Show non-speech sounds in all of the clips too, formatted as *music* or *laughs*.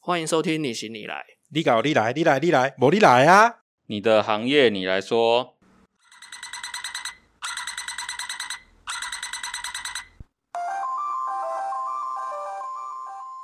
欢迎收听你行你来，你搞你来，你来你来，我你来啊！你的行业你来说，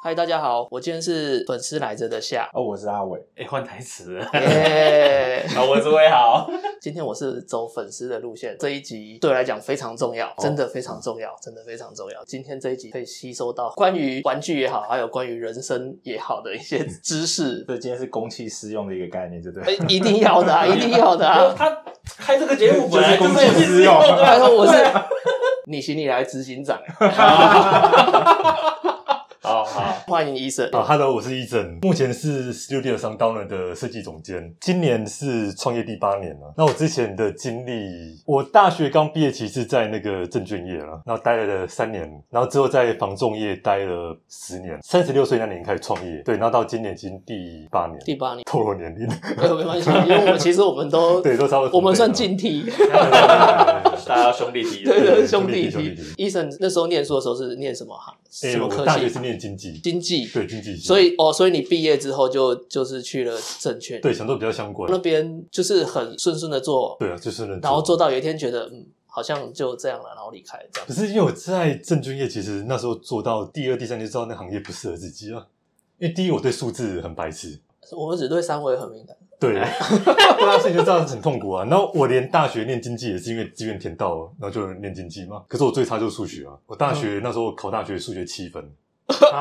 嗨，大家好，我今天是粉丝来着的夏， *laughs* 哦，我是阿伟，，哎、换台词了。耶、啊，我是魏豪。今天我是走粉丝的路线，这一集对我来讲非常重要，真的非常重要，真的非常重要。今天这一集可以吸收到关于玩具也好，还有关于人生也好的一些知识所以今天是公器私用的一个概念，对不哎对？一定要的、啊，一定要的、 *laughs* 啊。 *laughs* 他开这个节目本来就就是公器私用他说我是 *laughs* 你行你来执行长，欸 *laughs* 好好，欢迎医生。啊哈喽，我是伊正，目前是 Studio 上 Downer 的设计总监，今年是创业第八年了。那我之前的经历，我大学刚毕业，其实在那个证券业了，然后待了三年，然后之后在房仲业待了十年，三十六岁那年开始创业，对，然后到今年已经第八年，第八年，透露年龄， *laughs* 没 *laughs* 有没关系，因为我们其实我们都对，都差不多同辈了，哎我们算 *laughs* 近梯，大家兄弟对弟。对对兄兄弟弟兄梯弟梯。医生那时候念书的时候是念什么行？诶什么我科大学系是？念经济，经济。对经济系，所以哦，所以你毕业之后就就是去了证券，对，想做比较相关那，边就是很顺顺的做，对啊，就是能做然后做到有一天觉得嗯，好像就这样了，然后离开这样可。是因为我在证券业，其实那时候做到第二、第三年，就知道那行业不适合自己了。因为第一，我对数字很白痴，我们只对三维很敏感，对，对啊，所以就知道很痛苦啊。然后我连大学念经济也是因为志愿填到，啊然后就念经济嘛。可是我最差就是数学啊，我大学、那时候考大学数学七分，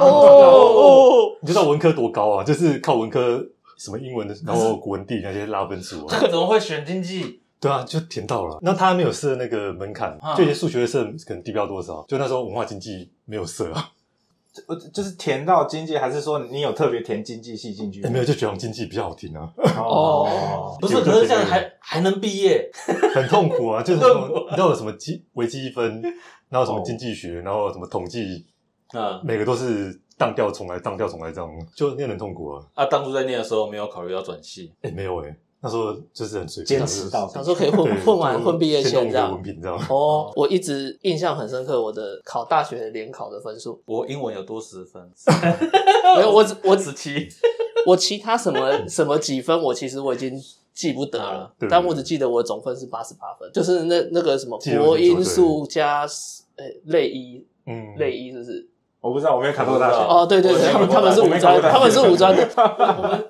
哦，你知道文科多高啊？就是靠文科什么英文的，然后国文地理那些拉分数啊。他怎么会选经济？对啊，就填到了。那他还没有设那个门槛啊，就以前数学设可能低标多少，就那时候文化经济没有设啊。我就是填到经济，还是说你有特别填经济系进去也？哎没有，就觉得经济比较好听啊。哦不是，可是这样还还能毕业？很痛苦啊，就是什 *laughs* 很痛苦么，你知道有什么积微积分，然后什么哦经济学，然后什么统计，嗯每个都是当掉重来，当掉重来这样，就念得很痛苦啊。啊，当初在念的时候没有考虑要转系，哎、没有哎、那时候就是很随便，坚持到想说可以 *laughs* 混对混完就混毕业先线弄一这个样文。凭这样。哦，我一直印象很深刻，我的考大学联考的分 *laughs* 数，我英文有多十 *laughs* 分，没有我只我只十七。我其他什么什么几分，我其实我已经记不得了啊，对但我只记得我的总分是八十八分，就是那那个什么记得国很清楚因数加呃类一嗯，类一是不是？我不知道，我没有考到大学。我不知道哦，对对对，我他没们考他们是五专，大学我过没考过大学他们是五专的。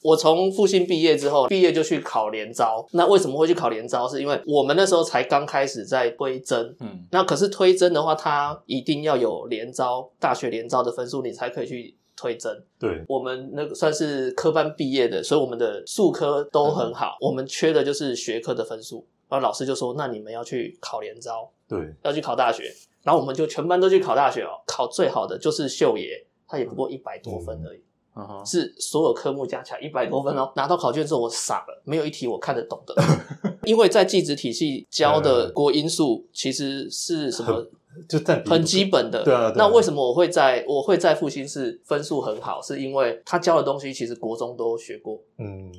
我从复兴毕业之后，毕业就去考联招。那为什么会去考联招？是因为我们那时候才刚开始在推甄，嗯，那可是推甄的话，它一定要有联招大学联招的分数，你才可以去推甄。对，我们那个算是科班毕业的，所以我们的数科都很好，我们缺的就是学科的分数。然后老师就说：“那你们要去考联招，对，要去考大学。”然后我们就全班都去考大学哦，考最好的就是秀爷，他也不过一百多分而已，嗯哼是所有科目加起来一百多分哦。拿到考卷之后，我傻了，没有一题我看得懂的， *laughs* 因为在技职体系教的国因数其实是什么呃就占比很基本的。对啊对啊那为什么我会在我会在复兴市分数很好？是因为他教的东西其实国中都学过，嗯，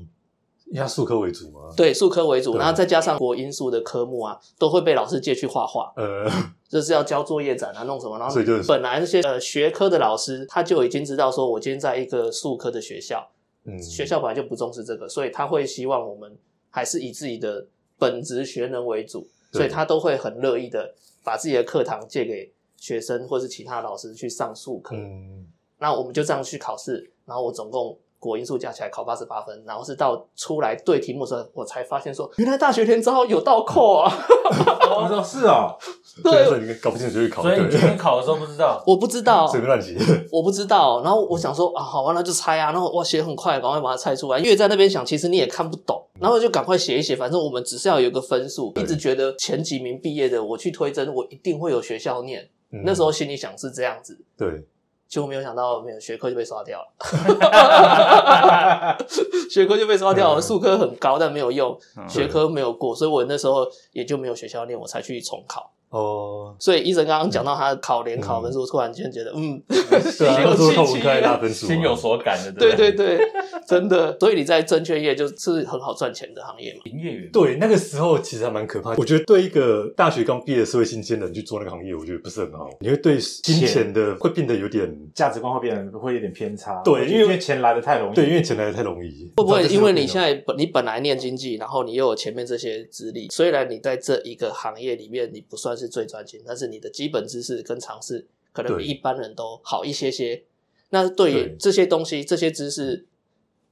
以它数科为主嘛。对数科为主，对啊然后再加上国因素的科目啊，都会被老师借去画画，呃，就是要交作业展啊，弄什么。然后所以就是本来那些呃学科的老师他就已经知道说，我今天在一个数科的学校，嗯，学校本来就不重视这个，所以他会希望我们还是以自己的本职学能为主，对所以他都会很乐意的把自己的课堂借给学生或是其他老师去上数科。嗯，那我们就这样去考试，然后我总共国英数加起来考八十八分，然后是到出来对题目的时候，我才发现说，原来大学联招有倒扣啊！我说是哦，对，所对，以你搞不清楚就去考，所以你今对，天考的时候不知 *laughs* 道，我不知道，随便乱 *laughs* 写。我不知道。然后我想说啊，好啊，那就猜啊。然后哇，写很快，赶快把它猜出来。因为在那边想，其实你也看不懂，然后就赶快写一写。反正我们只是要有一个分数，一直觉得前几名毕业的，我去推甄，我一定会有学校念。嗯那时候心里想是这样子，对，结果没有想到，没有学科就被刷掉 *laughs* 了，学科就被刷掉了。嗯数科很高，但没有用，嗯学科没有过，所以我那时候也就没有学校念，我才去重考。 *laughs* 哦，所以医生刚刚讲到他考联考分数，突然间觉得，嗯，对啊，那时候有靠契文机科还拉分数啊，心有所感的，对不对对 *laughs* 对，真的。所以你在证券业就是很好赚钱的行业嘛。营业员，对，那个时候其实还蛮可怕。我觉得对一个大学刚毕业的社会新鲜人去做那个行业，我觉得不是很好。你会对金钱的会变得有点价值观会变得会有点偏差。对我觉得因为因为钱来的太容易。对，因为钱来的太容易。会不会这是因为你现有在本你本来念经济，然后你又有前面这些资历，虽然你在这一个行业里面你不算是最专精，但是你的基本知识跟常识可能比一对般人都好一些些。那对于对这些东西、这些知识，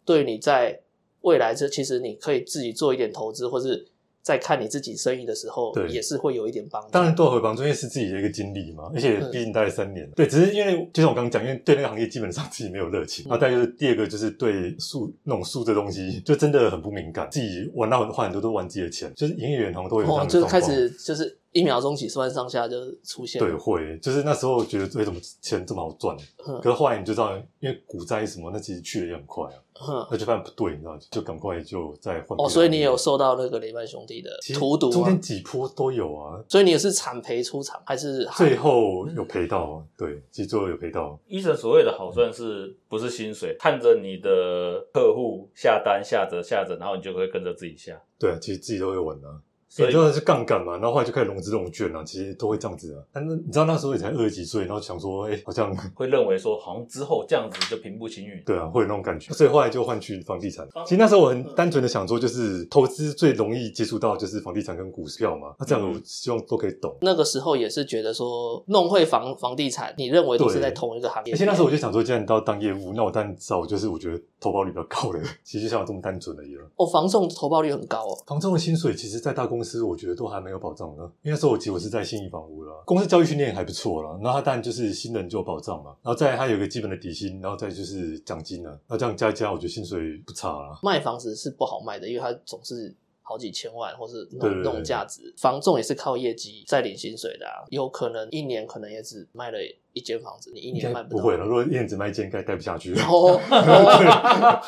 对于你在未来这其实你可以自己做一点投资，或是在看你自己生意的时候，对也是会有一点帮助。当然都有帮助，因为是自己的一个经历嘛，而且对毕竟待了三年，对，只是因为就像我刚刚讲，因为对那个行业基本上自己没有热情，嗯然后再就是第二个就是对数那种数这东西就真的很不敏感，自己玩到很花很多都玩自己的钱，就是营业员好像都会有这哦样，的就是状开况。始就是一秒钟几十万上下就出现对，了。会就是那时候觉得为哎什么钱这么好赚？嗯可是后来你就知道，因为股灾什么，那其实去的也很快啊，嗯，那就发现不对，你知道，就赶快就再换别的行业。哦，所以你有受到那个雷曼兄弟的其实荼毒中吗间？几波都有啊，所以你也是惨赔出场，还是最后有赔到，啊对，其实最后有赔到，医生所谓的好赚是不是薪水？看着你的客户下单下着下着，然后你就会跟着自己下，对，其实自己都会玩啊。所所以以知道是杠杆嘛，然后后来就开始融资融券啊，其实都会这样子啊。但是你知道那时候也才二十几岁，然后想说，哎、好像。会认为说好像之后这样子就平步青云对啊，会有那种感觉，所以后来就换去房地产。其实那时候我嗯很单纯的想说，就是投资最容易接触到就是房地产跟股票嘛，那、这样我嗯希望都可以懂。那个时候也是觉得说弄会房房地产，你认为都是在同一个行业？而且那时候我就想说，既然到当业务，那我当然找就是我觉得投报率比较高的，其实就像我这么单纯的一个。哦，房仲投报率很高哦，房仲的薪水其实，在大公司我觉得都还没有保障的，因为那时候我其实我是在信义房屋啦，公司教育训练还不错啦，然后他当然就是新人就有保障嘛，然后再来他有一个基本的底薪，然后再就是奖金了，那这样加一加，我觉得薪水不差啦。卖房子是不好卖的，因为它总是好几千万或是那对种对对那种价值。房仲也是靠业绩在领薪水的、啊，有可能一年可能也只卖了一间房子，你一应年该卖不到。会了，如果燕子卖一件，应该待不下去了。哦，哦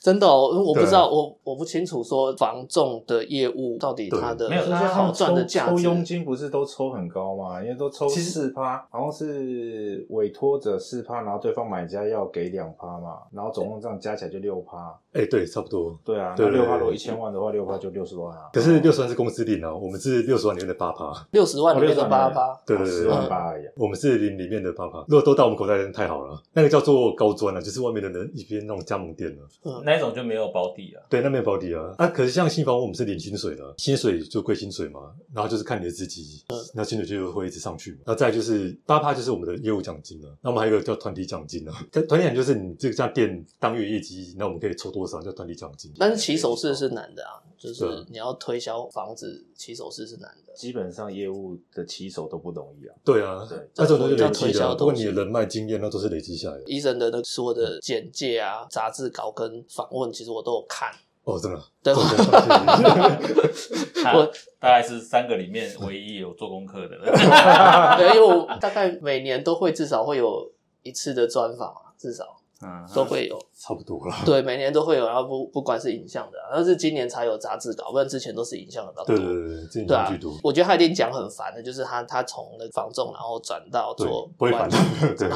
真的哦，因为我不知道，对我我不清楚说房仲的业务到底它的没有，它好赚的价抽值。佣金不是都抽很高嘛？因为都抽其实四趴，好像是委托者四趴，然后对方买家要给两趴嘛，然后总共这样加起来就六趴。哎、对，差不多。对啊，对那对对六趴如果一千万的话，六趴就六十万啊。可是哦六十万是公司领啊，我们是六十万里面的八趴，六十万里面的哦60八万八，对对对十万八而已啊。我们是领里面的八趴。如果都到我们口袋，太好了。那个叫做高专啊，就是外面的人一边那种加盟店了、那一种就没有保底啊，对，那没有保底啊。啊，可是像新房屋我们是领薪水的啊，薪水就归薪水嘛，然后就是看你的资金，嗯那薪水就会一直上去嘛。那再来就是八趴就是我们的业务奖金了、啊那我们还有一个叫团体奖金啊，团团体奖就是你这个家店当月业绩，那我们可以抽多少叫团体奖金。但是起手式是难的啊，就是对你要推销房子，起手式是难的。基本上业务的起手都不容易啊。对啊对，那这种东西叫累积推销的啊，不过东西你的人脉经验那都是累积下来的。医生的那所有的简介啊、杂志稿跟访问，其实我都有看。哦，真的啊，对，这种东西他我大概是三个里面唯一有做功课的人。 *laughs* 对，因为我大概每年都会至少会有一次的专访啊，至少嗯， *laughs* 都会有。差不多了。对，每年都会有，然后不不管是影像的啊、但是今年才有杂志稿，不然之前都是影像的比较多。对对对对，这对种啊居多，，我觉得他一定讲很烦的，就是他他从那个房仲，然后转到对做，不会反 *laughs* 管理的，对。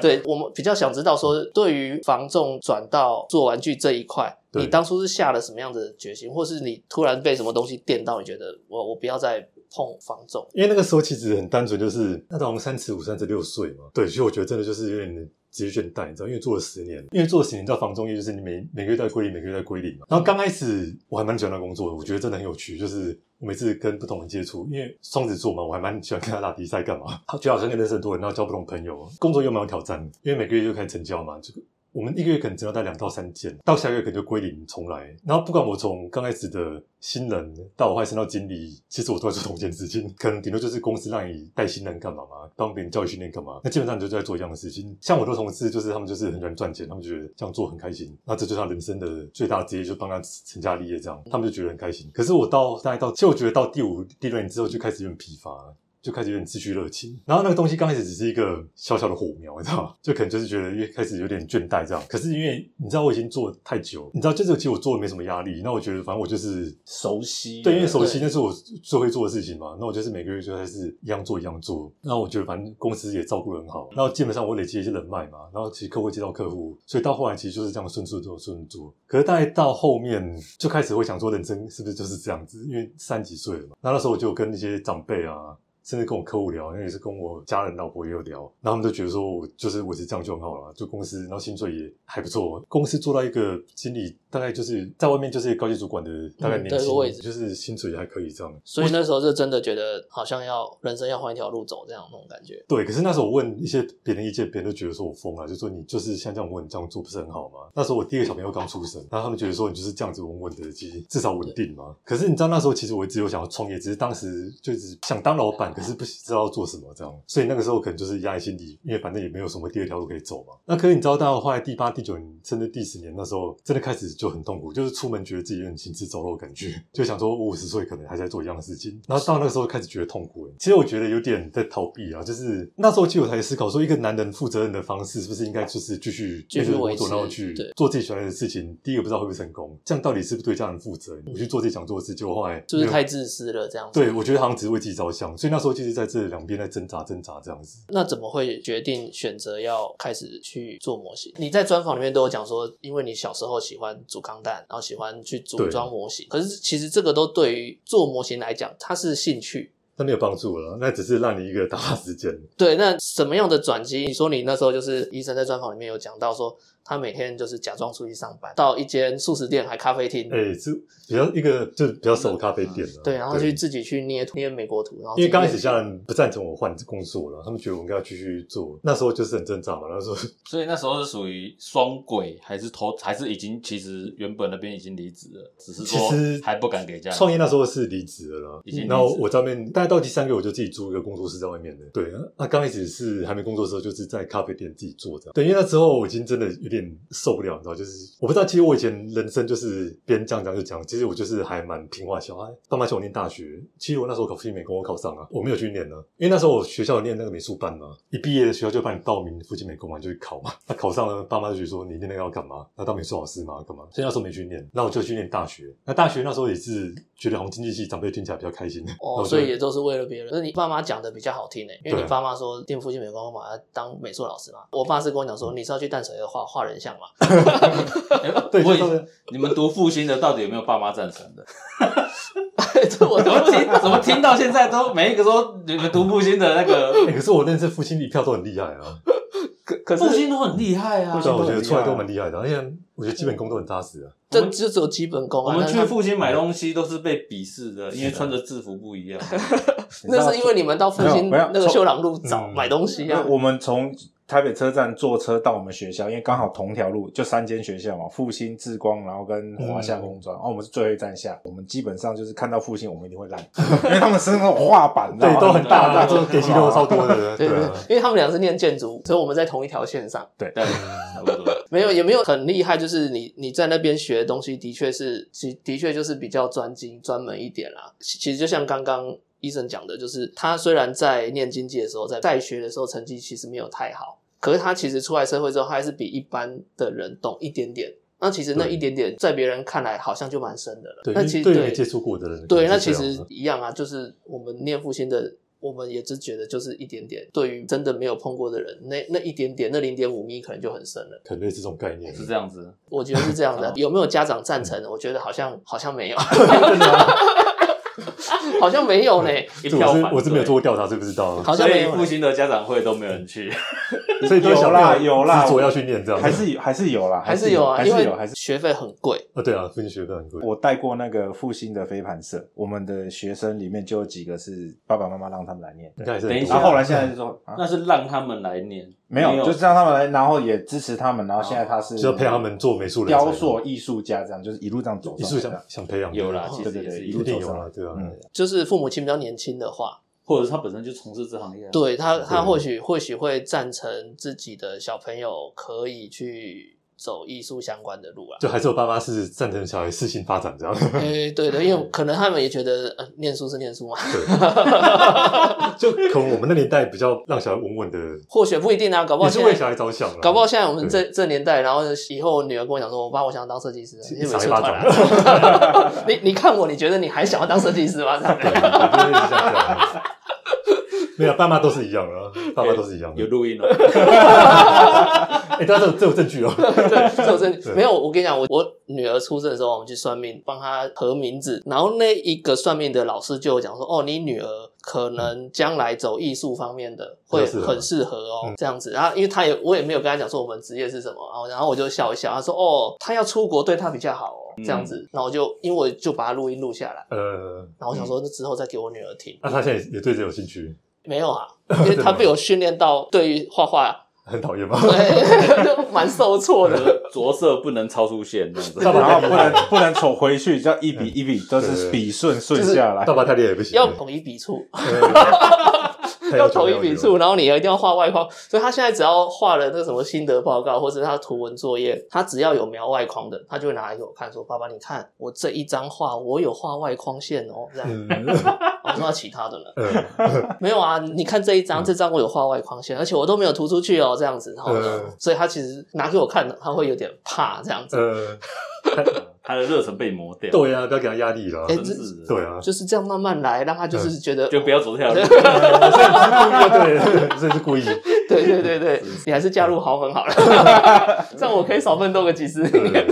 对我们比较想知道说，对于房仲转到做玩具这一块，对你当初是下了什么样的决心，或是你突然被什么东西电到，你觉得我我不要再碰房仲？因为那个时候其实很单纯，就是那时候我们三十五、三十六岁嘛，对，所以我觉得真的就是有点职业倦怠，你知道，因为做了十年，因为做了十年，你知道房中业就是你每每个月都在归零，每个月都在归零嘛。然后刚开始我还蛮喜欢那工作的，我觉得真的很有趣，就是我每次跟不同人接触，因为双子座嘛，我还蛮喜欢跟他打比赛干嘛，觉得好像跟认识很多人，然后交不同朋友，工作又蛮有挑战的，因为每个月就开始成交嘛，就我们一个月可能只要带两到三件，到下个月可能就归零重来。然后不管我从刚开始的新人到我后来升到经理，其实我都在做同一件事情， *laughs* 可能顶多就是公司让你带新人干嘛嘛，帮别人教育训练干嘛，那基本上你就在做一样的事情。像我的同事，就是他们就是很喜欢赚钱，他们觉得这样做很开心，那这就是他人生的最大的职业，就帮他成家立业这样，他们就觉得很开心。可是我到大概到，其实我觉得到第五、第六年之后就开始有点疲乏了。就开始有点自取热情。然后那个东西刚开始只是一个小小的火苗，你知道吗？就可能就是觉得越开始有点倦怠这样。可是因为你知道我已经做太久，你知道就是其实我做的没什么压力，那我觉得反正我就是熟悉，对，因为熟悉对那是我最会做的事情嘛。那我就是每个月就开始一样做一样做。那我觉得反正公司也照顾得很好，然后基本上我累积一些人脉嘛，然后其实客户会接到客户，所以到后来其实就是这样顺势做顺势做。可是大概到后面就开始会想说，人生是不是就是这样子？因为三十几岁了嘛，那那时候我就跟一些长辈啊。甚至跟我客户聊，那也是跟我家人、老婆也有聊，然后他们就觉得说，我就是维持这样就很好了，就公司，然后薪水也还不错，公司做到一个经理，大概就是在外面就是一个高级主管的大概嗯年对薪、个位置就是薪水也还可以这样。所以那时候就真的觉得好像要人生要换一条路走这样那种感觉。对，可是那时候我问一些别人意见，别人都觉得说我疯啊了，就说你就是像这样问这样做不是很好吗？那时候我第一个小朋友刚出生，然后他们觉得说你就是这样子稳稳的，其实至少稳定嘛。可是你知道那时候其实我一直有想要创业，只是当时就是想当老板，可是不知道做什么这样，所以那个时候可能就是压在心底，因为反正也没有什么第二条路可以走嘛。那可是你知道到后来第八、第九年甚至第十年那时候，真的开始就很痛苦，就是出门觉得自己有点行尸走肉的感觉，就想说我五十岁可能还在做一样的事情，然后到那个时候开始觉得痛苦了。其实我觉得有点在逃避啊，就是那时候其实我才思考说，一个男人负责任的方式是不是应该就是继续继续面对维工作，持然后去对做自己喜欢的事情。第一个不知道会不会成功，这样到底是不是对家人负责？我去做自己想做的事，结果后来是不是没有太自私了这样子？对，我觉得好像只是为自己着想，所以那时候就是在这两边在挣扎挣扎这样子。那怎么会决定选择要开始去做模型？你在专访里面都有讲说，因为你小时候喜欢煮钢蛋，然后喜欢去组对装模型。可是其实这个都对于做模型来讲，它是兴趣。那没有帮助了，那只是让你一个打发时间。对，那什么样的转机？你说你那时候就是医生在专访里面有讲到说，他每天就是假装出去上班，到一间素食店还咖啡厅，哎、是比较一个就是比较熟的咖啡店了、啊对，然后去自己去捏捏美国图，然后因为刚开始像。家人不赞成我换工作了，他们觉得我应该要继续做。那时候就是很挣扎嘛，那时候所以那时候是属于双轨，还是头，还是已经其实原本那边已经离职了，只是其说实还不敢给家人创业那时候是离职了啦已经离，职然后我在外面，大概到第三个月我就自己租一个工作室在外面的。对，那刚开始是还没工作的时候，就是在咖啡店自己做这样。对，因为那时候我已经真的有点受不了，你知道，就是我不知道，其实我以前人生就是别人讲讲就讲，其实我就是还蛮听话的小孩。爸妈叫我念大学，其实我那时候考复习美工，我考上啊，我没有去念呢、因为那时候我学校有念那个美术班嘛，一毕业的学校就帮你报名复习美工嘛，你就去考嘛。 *laughs* 那考上了，爸妈就觉得说你念那个要干嘛？那当美术老师嘛，干嘛？所以那时候没去念，那我就去念大学。那大学那时候也是觉得好像经济系长辈听起来比较开心，然后哦，就所以也都是为了别人。那你爸妈讲的比较好听诶、欸因为对你爸妈说念复兴美工嘛，要啊当美术老师嘛。我爸是跟我讲说，你是要去淡水河画画人像嘛。 *laughs* 哎对，我就也到了你们读复兴的到底有没有爸妈赞成的？这我怎么听怎么听到现在都每一个说你们读复兴的那个欸可是我认识父亲一票都很厉害啊，可可复是兴都很厉害啊对啊，我都很觉得出来厉害都蛮厉害的，而且我觉得基本功都很扎实啊。这这只有基本功我啊。们那去复兴买东西都是被鄙视的，因为穿着制服不一样。那是因为你们到复兴没有没有那个秀朗路找嗯买东西那啊。我们从台北车站坐车到我们学校，因为刚好同条路，就三间学校嘛，复兴、智光，然后跟华夏工专。然后我们是最后一站下，我们基本上就是看到复兴，我们一定会烂，因为他们是那种画板，对，都很大，对那时候给息都超多的，对对对对啊。，因为他们俩是念建筑，所以我们在同一条线上。对，差不多。没有，也没有很厉害，就是你你在那边学的东西，的确是，其的确就是比较专精、专门一点啦。其其实就像刚刚医生讲的，就是他虽然在念经济的时候，在在学的时候成绩其实没有太好，可是他其实出来社会之后，他还是比一般的人懂一点点。那其实那对一点点，在别人看来好像就蛮深的了。对，那因为其实对于没接触过的人，对，可那能是其这样实一样啊，就是我们念复兴的，我们也只觉得就是一点点。对于真的没有碰过的人，那那一点点，那零点五米可能就很深了。可能类似这种概念，是这样子，我觉得是这样的好，有没有家长赞成？我觉得好像好像没有，真的吗好像没有呢。一这票我是反对我是没有做过调查，是不知道啊。好像所没以有复呢。兴的家长会都没有人去。所以都小有啦朋友有啦执着要去念这样子，还是有还是有啦， *laughs* 还是是有啊，还因是为有，还是。学费很贵，啊，对啊，分学费很贵。我带过那个复兴的飞盘社，我们的学生里面就有几个是爸爸妈妈让他们来念，应该还是等一很下然多后后来现在就说啊，那是让他们来念，没有，就是让他们来，然后也支持他们，然后现在他是就要培养他们做美术人才雕塑啊艺术家，这样就是一路这样走艺上术来这想样，想培养有啦，哦其对实对也是对，一一路一定走有上啦，来。对啊。嗯就是父母亲比较年轻的话，或者是他本身就从事这行业啊。对他他对或许或许会赞成自己的小朋友可以去。走艺术相关的路啊。就还是我爸妈是赞成小孩适性发展这样。 *laughs* 诶、对的，因为可能他们也觉得，呃，念书是念书嘛，就可能我们那年代比较让小孩稳稳的，或许不一定啊，搞不好也是现为小在，孩着想啦搞不好现在我们这这年代，然后以后我女儿跟我讲说，我爸，我想要当设计师，是因为赏一社巴团啊， *laughs* 你你看我，你觉得你还想要当设计师 *laughs* 吗？这样对，我觉得是这样这样没有，爸妈都是一样啊，爸妈都是一样的有。录音了，哦哎，但是这有证据哦。对，这我真对的没有。我跟你讲，我我女儿出生的时候，我们去算命，帮她合名字，然后那一个算命的老师就有讲说，哦，你女儿可能将来走艺术方面嗯的会比较适合很适合哦，这样子。然后因为她也我也没有跟她讲说我们职业是什么，然后然后我就笑一笑，她说哦，她要出国对她比较好哦，这样嗯子。然后我就因为我就把她录音录下来，呃，然后我想说那之后再给我女儿听，那他现在也对这有兴趣，没有啊，因为她被我训练到对于画画。很 *laughs* 讨厌吧？对，就蛮受挫的。着色不能超出线这样子。爸爸然后太不厉害能了，不能丑回去，叫一笔一笔，都对是对笔顺顺就是下来爸。爸太厉害也不行，要统一笔触， *laughs* 太要要求统一了笔要触，然后你一定要画外框，所以他现在只要画了那什么心得报告或者他图文作业，他只要有描外框的，他就会拿来给我看，说：“爸爸，你看我这一张画，我有画外框线哦。”这样，求嗯我说那其他的呢？嗯，没有啊，你看这一张，这张我有画外框线，而且我都没有涂出去哦，这样子。然后呢嗯，所以他其实拿给我看，他会有点怕这样子。呃，他的热忱被磨掉，对啊呀，不要给他压力了。哎真是的，对啊，啊就是这样慢慢来，让他就是嗯觉得就不要走这条路。对，这是故意。 *laughs* 对对对对，*laughs* 你还是加入豪门好了，这样我可以少奋斗个几十年。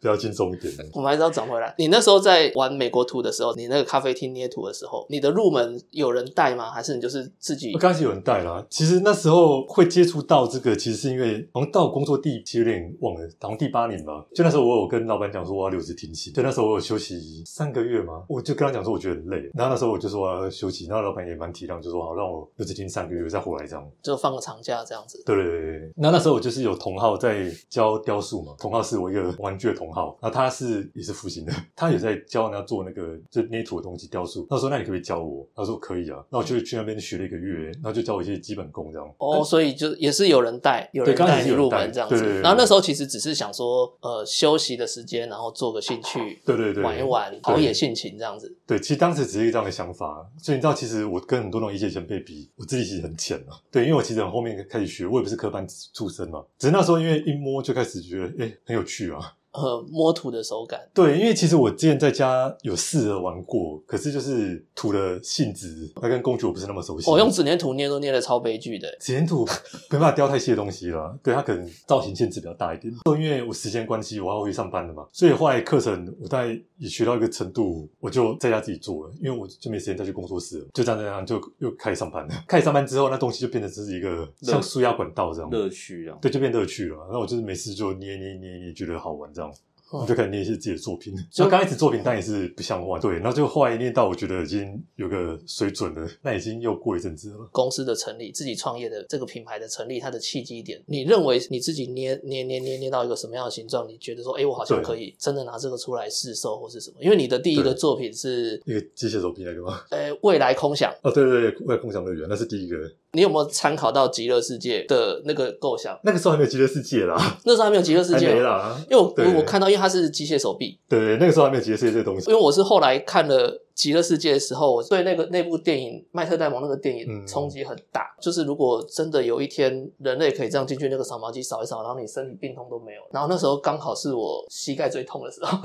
比较轻松一点。我们还是要转回来。你那时候在玩美国图的时候，你那个咖啡厅捏图的时候，你的入门有人带吗？还是你就是自己我？刚开始有人带啦，其实那时候会接触到这个，其实是因为好像到工作第其实有点忘了，好像第八年吧。就那时候我有跟老板讲说我要留职停薪，就那时候我有休息三个月嘛，我就跟他讲说我觉得很累，然后那时候我就说我要休息，然后老板也蛮体谅，就说好让我留职停三个月再回来这样。就放个长假这样子？对对对对，对那那时候我就是有同号在教雕塑嘛，同号是我一个玩具的同号，然后他是也是复兴的，他也在教人家做那个就捏土的东西雕塑。那时候那你可不可以教我？他说可以啊，那我就去那边学了一个月，然后就教我一些基本功这样。哦，所以就也是有人带，有人刚开带始你有人入带门这样子。对对对对然后那时候其实只是想说，呃，休息的时间，然后做个兴趣，对对对，玩一玩，陶冶性情这样子。对，其实当时只是一个这样的想法，所以你知道，其实我跟很多那种一些前辈比，我自己其实很浅啊。对，因为我其实很后面开始学，我也不是科班出身嘛，只是那时候因为一摸就开始觉得，哎，很有趣啊。呃，摸土的手感，对，因为其实我之前在家有试着玩过，可是就是土的性质，它跟工具我不是那么熟悉。我、哦用纸黏土捏都捏的超悲剧的。剪土没办法雕太细的东西了，对它可能造型限制比较大一点。因为我时间关系，我要回去上班了嘛，所以后来课程我大概也学到一个程度，我就在家自己做了，因为我就没时间再去工作室了，就这样这样就又开始上班了。开始上班之后，那东西就变得只是一个像输压管道这样，乐趣啊，对，就变乐趣了。那我就是每次就捏捏捏捏，觉得好玩这哦样。我就开始捏一些自己的作品，就就刚开始作品当然也是不像话，对，然后就后来念到我觉得已经有个水准了，那已经又过一阵子了。公司的成立，自己创业的这个品牌的成立，它的契机点，你认为你自己捏捏捏捏捏到一个什么样的形状？你觉得说，哎、我好像对啊可以真的拿这个出来试售或是什么？因为你的第一个对作品是，那个机械手臂那个吗？呃、未来空想，哦，对对对，外空想乐园那是第一个，你有没有参考到极乐世界的那个构想？那个时候还没有极乐世界啦，那时候还没有极乐世还界没哦，啦。因为我对我我看到，因为它是机械手臂，对，那个时候还没有极乐世界这个东西。因为我是后来看了。极乐世界的时候，我对那个那部电影《麦特戴蒙》那个电影嗯冲击很大。就是如果真的有一天人类可以这样进去那个扫描机扫一扫，然后你身体病痛都没有。然后那时候刚好是我膝盖最痛的时 *laughs* 候，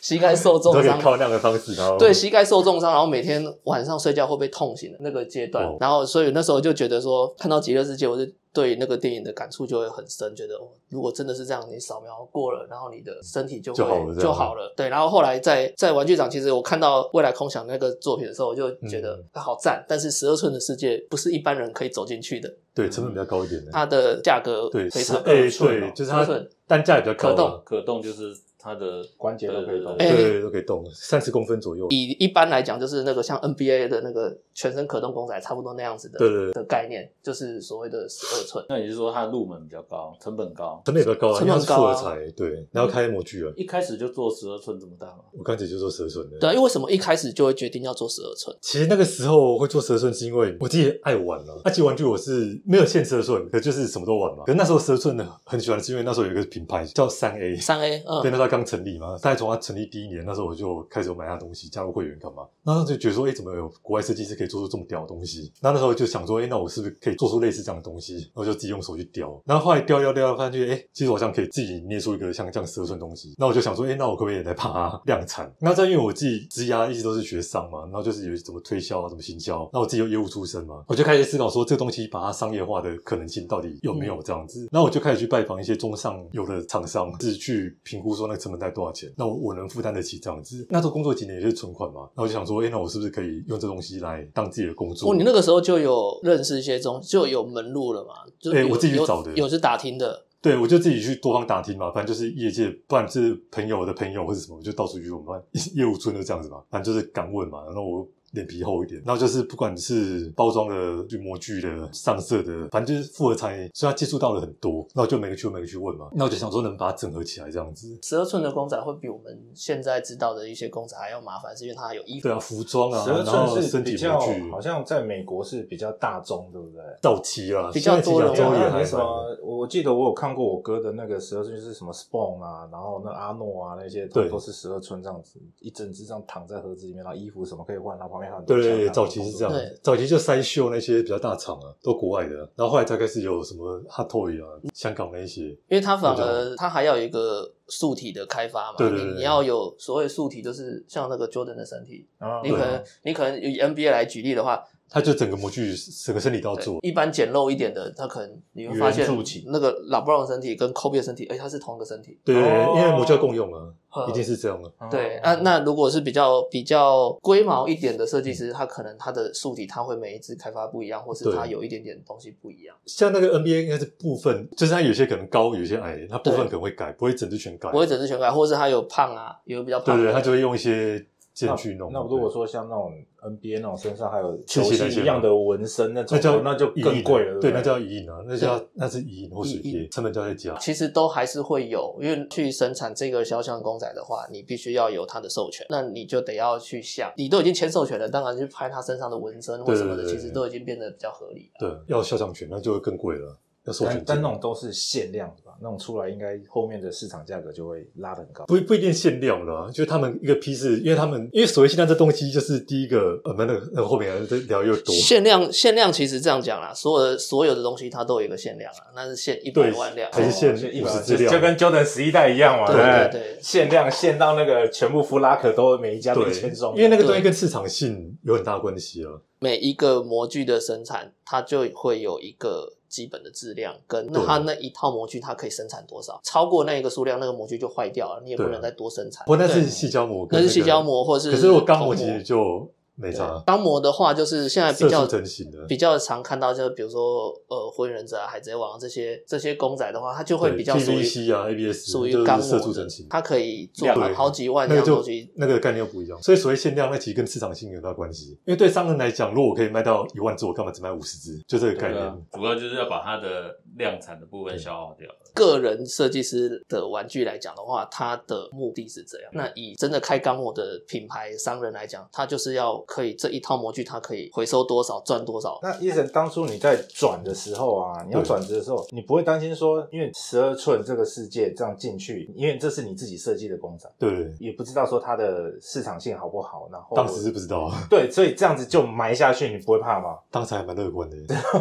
膝盖受都重可以伤，靠那样的方式，然后对，膝盖受重伤，然后每天晚上睡觉会被痛醒的那个阶段，哦然后所以那时候就觉得说，看到《极乐世界》，我就对那个电影的感触就会很深，觉得哦，如果真的是这样，你扫描过了，然后你的身体就会就好了这样了对，然后后来在在玩具展，其实我看到未来空想那个作品的时候，我就觉得、嗯啊好赞，但是十二寸的世界不是一般人可以走进去的，对成本比较高一点的，它的价格对啊非是常哎寸对哦就是它12寸单价也比较高可动啊。可动就是它的关节都可以动对对对哎对，都可以动，三十公分左右。以一般来讲，就是那个像 NBA 的那个全身可动公仔，差不多那样子的对对对的概念，就是所谓的十二寸。那也就是说它的入门比较高，成本高。成本也比较高啊，嗯成因为本它是高复啊合材，对，然后开模具了。一开始就做十二寸这么大吗？我刚才就做蛇寸的，对啊，因为为什么一开始就会决定要做十二寸？其实那个时候会做蛇寸，是因为我自己爱玩了、啊。那、其实玩具我是没有限蛇寸，可就是什么都玩嘛。可是那时候蛇寸呢，很喜欢，是因为那时候有一个品牌叫三 A，三 A，嗯，对，那时候刚成立嘛，大概从它成立第一年，那时候我就开始有买它的东西，加入会员干嘛？那时候就觉得说，哎、怎么有国外设计师可以做出这么屌的东西？那那时候就想说，哎、那我是不是可以做出类似这样的东西？然后就自己用手去雕，然后后来雕雕雕，发现哎、诶其实我好像可以自己捏出一个像这样蛇寸的东西。那我就想说，哎、那我可不可以来把它量产？那再因为我自己职涯一直都是学商嘛，然后就是有怎么推销啊，怎么行销，那我自己有业务出身嘛，我就开始思考说，这个东西把它商业化的可能性到底有没有这样子？嗯那、我就开始去拜访一些中上游的厂商，是去评估说那个成本在多少钱，那我我能负担得起这样子。那时候工作几年也是存款嘛，那我就想说，哎、那我是不是可以用这东西来当自己的工作？哦，你那个时候就有认识一些中，就有门路了嘛？就哎有我自己去有找的有是打听的，对，我就自己去多方打听嘛，反正就是业界，不然是朋友的朋友或者什么，我就到处去问，反正 *laughs* 业务村就这样子嘛，反正就是敢问嘛，然后我。脸皮厚一点，然后就是不管是包装的、就模具的、上色的，反正就是复合产业，所以他接触到了很多，那我就每个去问每个去问嘛，那我就想说能把它整合起来这样子，十二寸的公仔会比我们现在知道的一些公仔还要麻烦，是因为它有衣服对啊，服装啊，十二然后寸是身比体模较，具好像在美国是比较大众，对不对？到期啦，比较现在其多实了亚洲嘛也也还啊没什蛮么，我记得我有看过我哥的那个十二寸，就是什么 Spawn 啊，然后那阿诺啊那些，对都是十二寸这样子，一整只这样躺在盒子里面，然后衣服什么可以换，然后旁边还有很多对枪对啊对，早期是这样对，早期就塞秀那些比较大厂啊，都国外的，然后后来才开始有什么 Hot Toy 啊，香港那一些，因为它反我而它还要有一个素体的开发嘛，对对对你你对要有所谓素体，就是像那个 Jordan 的身体，啊你可能你可能以 NBA 来举例的话，它就整个模具整个身体都要对做，一般简陋一点的，它可能你会发现圆柱体那个 LeBron 的身体跟 Kobe 的身体，哎，它是同一个身体。对对对，哦因为模具要共用啊，呵一定是这样的。对，那、那如果是比较比较龟毛一点的设计师，他可能他的素体他会每一次开发不一样，或是对他有一点点东西不一样，像那个 NBA 应该是部分，就是它有些可能高，有些矮，它部分对可能会改，不会整只全改。不会整只全改，或是他有胖啊，有比较对胖的，对对，它就会用一些件去弄。那如果说像那种 NBA 那种身上还有球球鞋那些星吗一样的纹身那那种，叫那就影更贵啊了，对，不那叫影印啊，那叫那是影印或水影贴，印成本就要再加。其实都还是会有，因为去生产这个肖像公仔的话，你必须要有他的授权，那你就得要去想，你都已经签授权了，当然去拍他身上的纹身或什么的，对对对其实都已经变得比较合理了。对，要肖像权，那就会更贵了，要授权但金。但那种都是限量的吧，那种出来应该后面的市场价格就会拉得很高。不不一定限量啦，就是他们一个批次，因为他们因为所谓限量这东西，就是第一个呃，那个那个后面还在聊又多，限量限量其实这样讲啦，所有的所有的东西它都有一个限量啊，那是限一百对万辆，还是限哦就一五百十支量，就跟 Jordan 十一代一样嘛，对不对对对限量限到那个全部弗拉克都每啊一家都一千对双，，因为那个东对西跟市场性有很大关系啊。每一个模具的生产，它就会有一个基本的质量，跟那对它那一套模具它可以生产多少，超过那一个数量，那个模具就坏掉了，你也不对啊能再多生产。不过那是对细胶膜那跟、是个，细胶，膜或是可是我钢膜膜其实就没对差，钢模的话，就是现在比色较素成型的，比较常看到，就是比如说呃，火影忍者啊、海贼王这些这些公仔的话，它就会对比较属于 PVC 啊 ABS 属于就是钢模色的素成型它可以做量满对好几万那样个东就西。那个概念又不一样，所以所谓限量，那其实跟市场性有大关系。因为对商人来讲，如果我可以卖到一万只，我干嘛只卖五十只？就这个概对念。啊，主要就是要把它的量产的部分消耗掉。个人设计师的玩具来讲的话，它的目的是这样。那以真的开钢模的品牌商人来讲，他就是要可以这一套模具，它可以回收多少赚多少。那医生当初你在转的时候啊，你要对转职的时候，你不会担心说，因为十二寸这个世界这样进去，因为这是你自己设计的工厂，对，哦也不知道说它的市场性好不好，然后当时是不知道啊，对，所以这样子就埋下去，你不会怕吗？当时还蛮乐观的。 *laughs*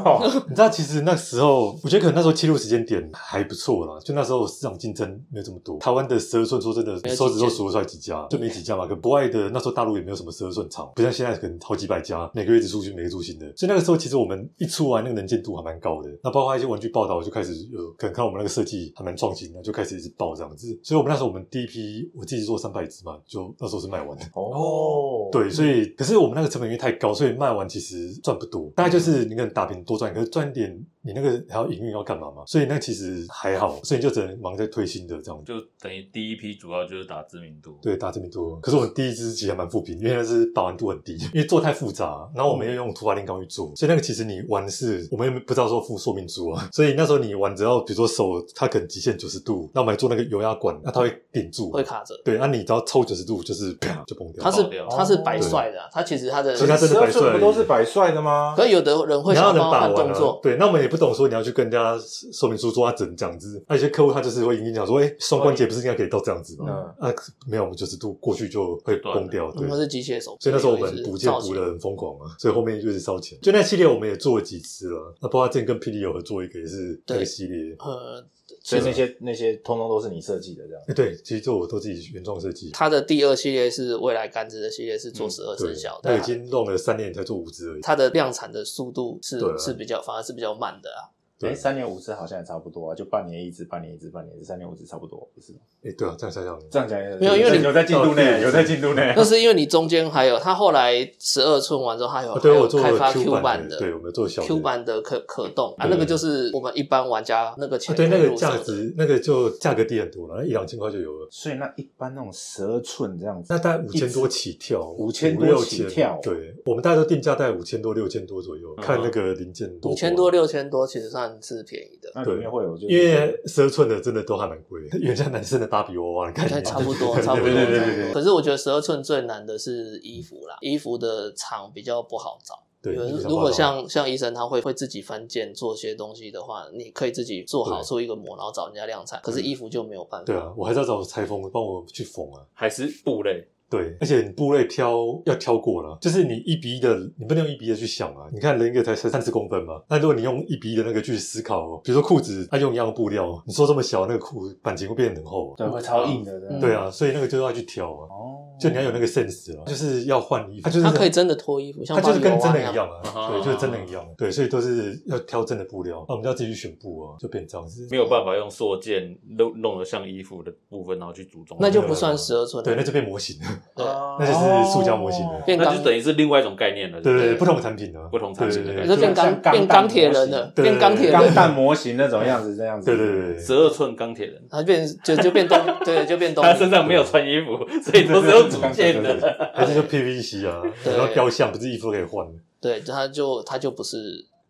你知道，其实那时候，我觉得可能那时候切入时间点还不错啦。就那时候市场竞争没有这么多，台湾的十二寸说真的，手指头数得出来几家，就没几家嘛。可国外的那时候大陆也没有什么十二寸厂，不像现在可能好几百家，每个月只出新，每个月出新的。所以那个时候其实我们一出来，那个能见度还蛮高的。那包括一些玩具报道，就开始有可能看我们那个设计还蛮创新的，就开始一直报这样子。所以我们那时候我们第一批我自己做三百只嘛，就那时候是卖完的。哦，对，所嗯以可是我们那个成本因为嗯太高，所以卖完其实赚不多，大概就是你可能打平多赚，可是赚一点，你那个还要营运运要干嘛嘛，所以那其实还好，所以就只能忙着推新的这样。就等于第一批主要就是打知名度。对，打这么多，嗯可是我们第一支其实还蛮复评，因为那是把玩度很低，因为做太复杂，然后我们又用突发灵感去做，所以那个其实你玩是，我们也不知道说附说明书啊， *laughs* 所以那时候你玩只要比如说手它可能极限九十度，那我们还做那个油压管，那它会顶住，会卡着。对，那、你只要抽九十度就是啪就崩掉。他是爆掉他是白帅的啊，他其实他的，哦其实他真的12百帅岁不都是百帅的吗？可是有的人会你要想能帮他把看玩动啊作，，对，那我们也不懂说你要去跟人家说明书做他整讲子，那有些客户他就是会跟你讲说，哎、双关节不是应该可以到这样子吗？啊，没有，我们九十度过去就会崩掉，对嗯，他是机械手，所以那时候我有们一只补件造补型的很疯狂啊，所以后面就一直烧钱。就那系列我们也做了几次了，那包括之前跟霹雳有合作一个也是那个对系列。呃，所以那些那些通通都是你设计的这样。哎，对，其实这我都自己原创设计，他的第二系列是未来杆子的系列是做十二嗯对生肖，，那但已经弄了三年才做五支而已。它的量产的速度是对啊是比较反而是比较慢的啊。对哎，三年五次好像也差不多啊，就半年一次，半年一次，半年一次，三年五次差不多，不是吗？哎，对啊，这样才让你哦哦这样讲也没有因为你有在进度内，有在进度内 *laughs* 那。是因为你中间还有他后来十二寸完之后，他有哦对还有我做开发 Q Q 版版的的，对我们做小的 Q 版的可可动啊，对那个就是我们一般玩家那个钱啊，对，那可以个入手价的值，那个就价格低很多了，那一两千块就有了。所以那一般那种十二寸这样子，那大概五千多起跳， 5000五六多起跳千对，我们大概都定价在五千多、六千多左右，嗯看那个零件多啊五不千多六千多其实算是便宜 *laughs* 的，那里面会有就因为十二寸的真的都还蛮贵，原像男生的芭比娃娃的概应该念，啊差不多，差不多。对对对差不对多对可是我觉得十二寸最难的是衣服啦，衣服的厂比较不好找。对。因为对如果像像医生他会会自己翻件做些东西的话，你可以自己做好对嗯出一个模，然后找人家量产。可是衣服就没有办法。对啊，我还是要找裁缝帮我去缝啊。还是布类，对，而且你部位挑要挑过了，就是你一比一的，你不能用一比一的去想啊。你看人一个才三十公分嘛，那如果你用一比一的那个去思考哦，比如说裤子，它用一样的布料，你说这么小，那个裤版型会变得很厚、对啊。会超硬的这样，嗯对啊，所以那个就要去挑啊，哦，就你要有那个 sense 啊，就是要换衣服，它就是他可以真的脱衣服，像它就是跟真芭比娃的娃那样。一样啊，啊对，就是真的一样，对，所以都是要挑真的布料，那我们就要自己去选布啊，就变这样子，没有办法用塑件弄弄得像衣服的部分，然后去组装，那就不算十二寸了。对，那就变模型了，对哦那就是塑胶模型了变那钢就等于是另外一种概念了。对对对，对不同的产品啊，不同产品对你对说对变就钢像钢变钢铁人了，对变钢铁钢人，弹模型那种样子，这样子。对对对十二寸钢铁 *laughs* 人，他变就就变东， *laughs* 对，就变东他身上没有穿衣服，所以都是用组对件对对的。 *laughs* 还是就 PVC 啊，对然后雕像不是衣服可以换的，对，他就他就不是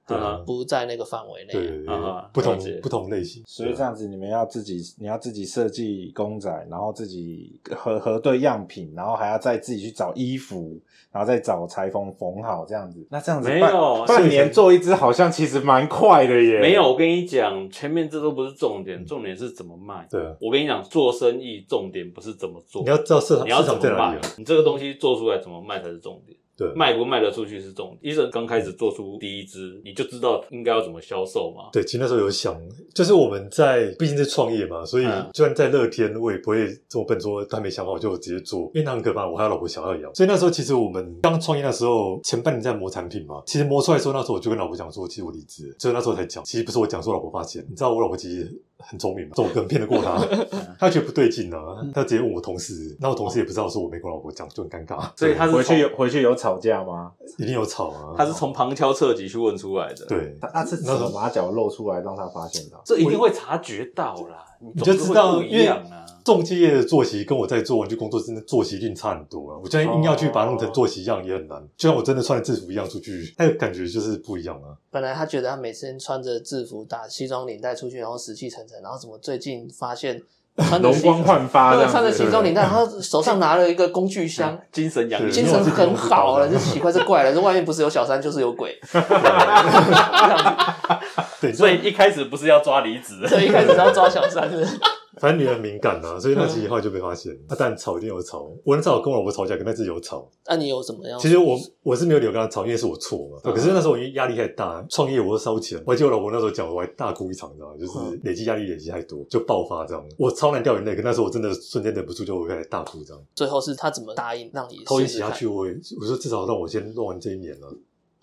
对啊不在那个范围内。嗯对对对啊，不同了解不同类型，啊所以这样子，你们要自己，你要自己设计公仔，然后自己核核对样品，然后还要再自己去找衣服，然后再找裁缝缝好这样子。那这样子没半有半所以年做一只，好像其实蛮快的耶。 *laughs* 没有，我跟你讲，前面这都不是重嗯点，重点是怎么卖。对啊，我跟你讲，做生意重点不是怎么做，你要知道市场你要市怎场么在哪卖里啊，，你这个东西做出来怎么卖才是重点。对，卖不卖得出去是重点。医生刚开始做出第一支，你就知道应该要怎么销售嘛。对，其实那时候有想，就是我们在毕竟是创业嘛，所以嗯就算在乐天，我也不会这么笨说他没想好就直接做，因为那很可怕，我还有老婆小孩要养。所以那时候其实我们刚创业那时候，前半年在磨产品嘛，其实磨出来的时候，那时候我就跟老婆讲说，其实我离职了，所以那时候才讲，其实不是我讲，是我老婆发现，你知道我老婆其实。很聪明嘛，这我可能骗得过 *laughs* 她，她觉得不对劲啊，嗯她直接问我同事，那我同事也不知道，说我没跟我老婆讲，就很尴尬，所以他是回去有从回去有吵架吗？一定有吵啊。他是从旁敲侧击去问出来的，，对，他他是怎么把脚露出来让他发现的？这一定会察觉到啦，你就总是知道，会不因一为样啊。重机业的作息跟我在做玩具工作真的作息一定差很多啊！我现在硬要去把它弄成作息一样也很难，就像我真的穿着制服一样出去，那个感觉就是不一样啊。本来他觉得他每次穿着制服打西装领带出去，然后死气沉沉，然后怎么最近发现穿着容西光焕发这对，样穿着子。西装领带，然后手上拿了一个工具箱，精神养对精精因为神我自己很好了，都就不知道奇怪是怪了，这外面不是有小三就是有鬼，对，所所以以一开始不是要抓离子，所以一开始是要抓小三的， *laughs* 反正你很敏 *laughs* 感啊，所以那集后来就被发现。那当然吵一定有吵，我很少跟我老婆吵架，可那次有吵。那你有怎么样？其实我我是没有理由跟她吵，因为是我错嘛。哦嗯可是那时候我因为压力太大，创业我又烧钱，我还记得我老婆那时候讲，我还大哭一场，你知道吗？就是嗯累积压力累积太多，就爆发这样。我超难掉眼泪，可那时候我真的瞬间忍不住就开始大哭这样。最后是他怎么答应让你偷一试起试下看？去，我也我说至少让我先弄完这一年了，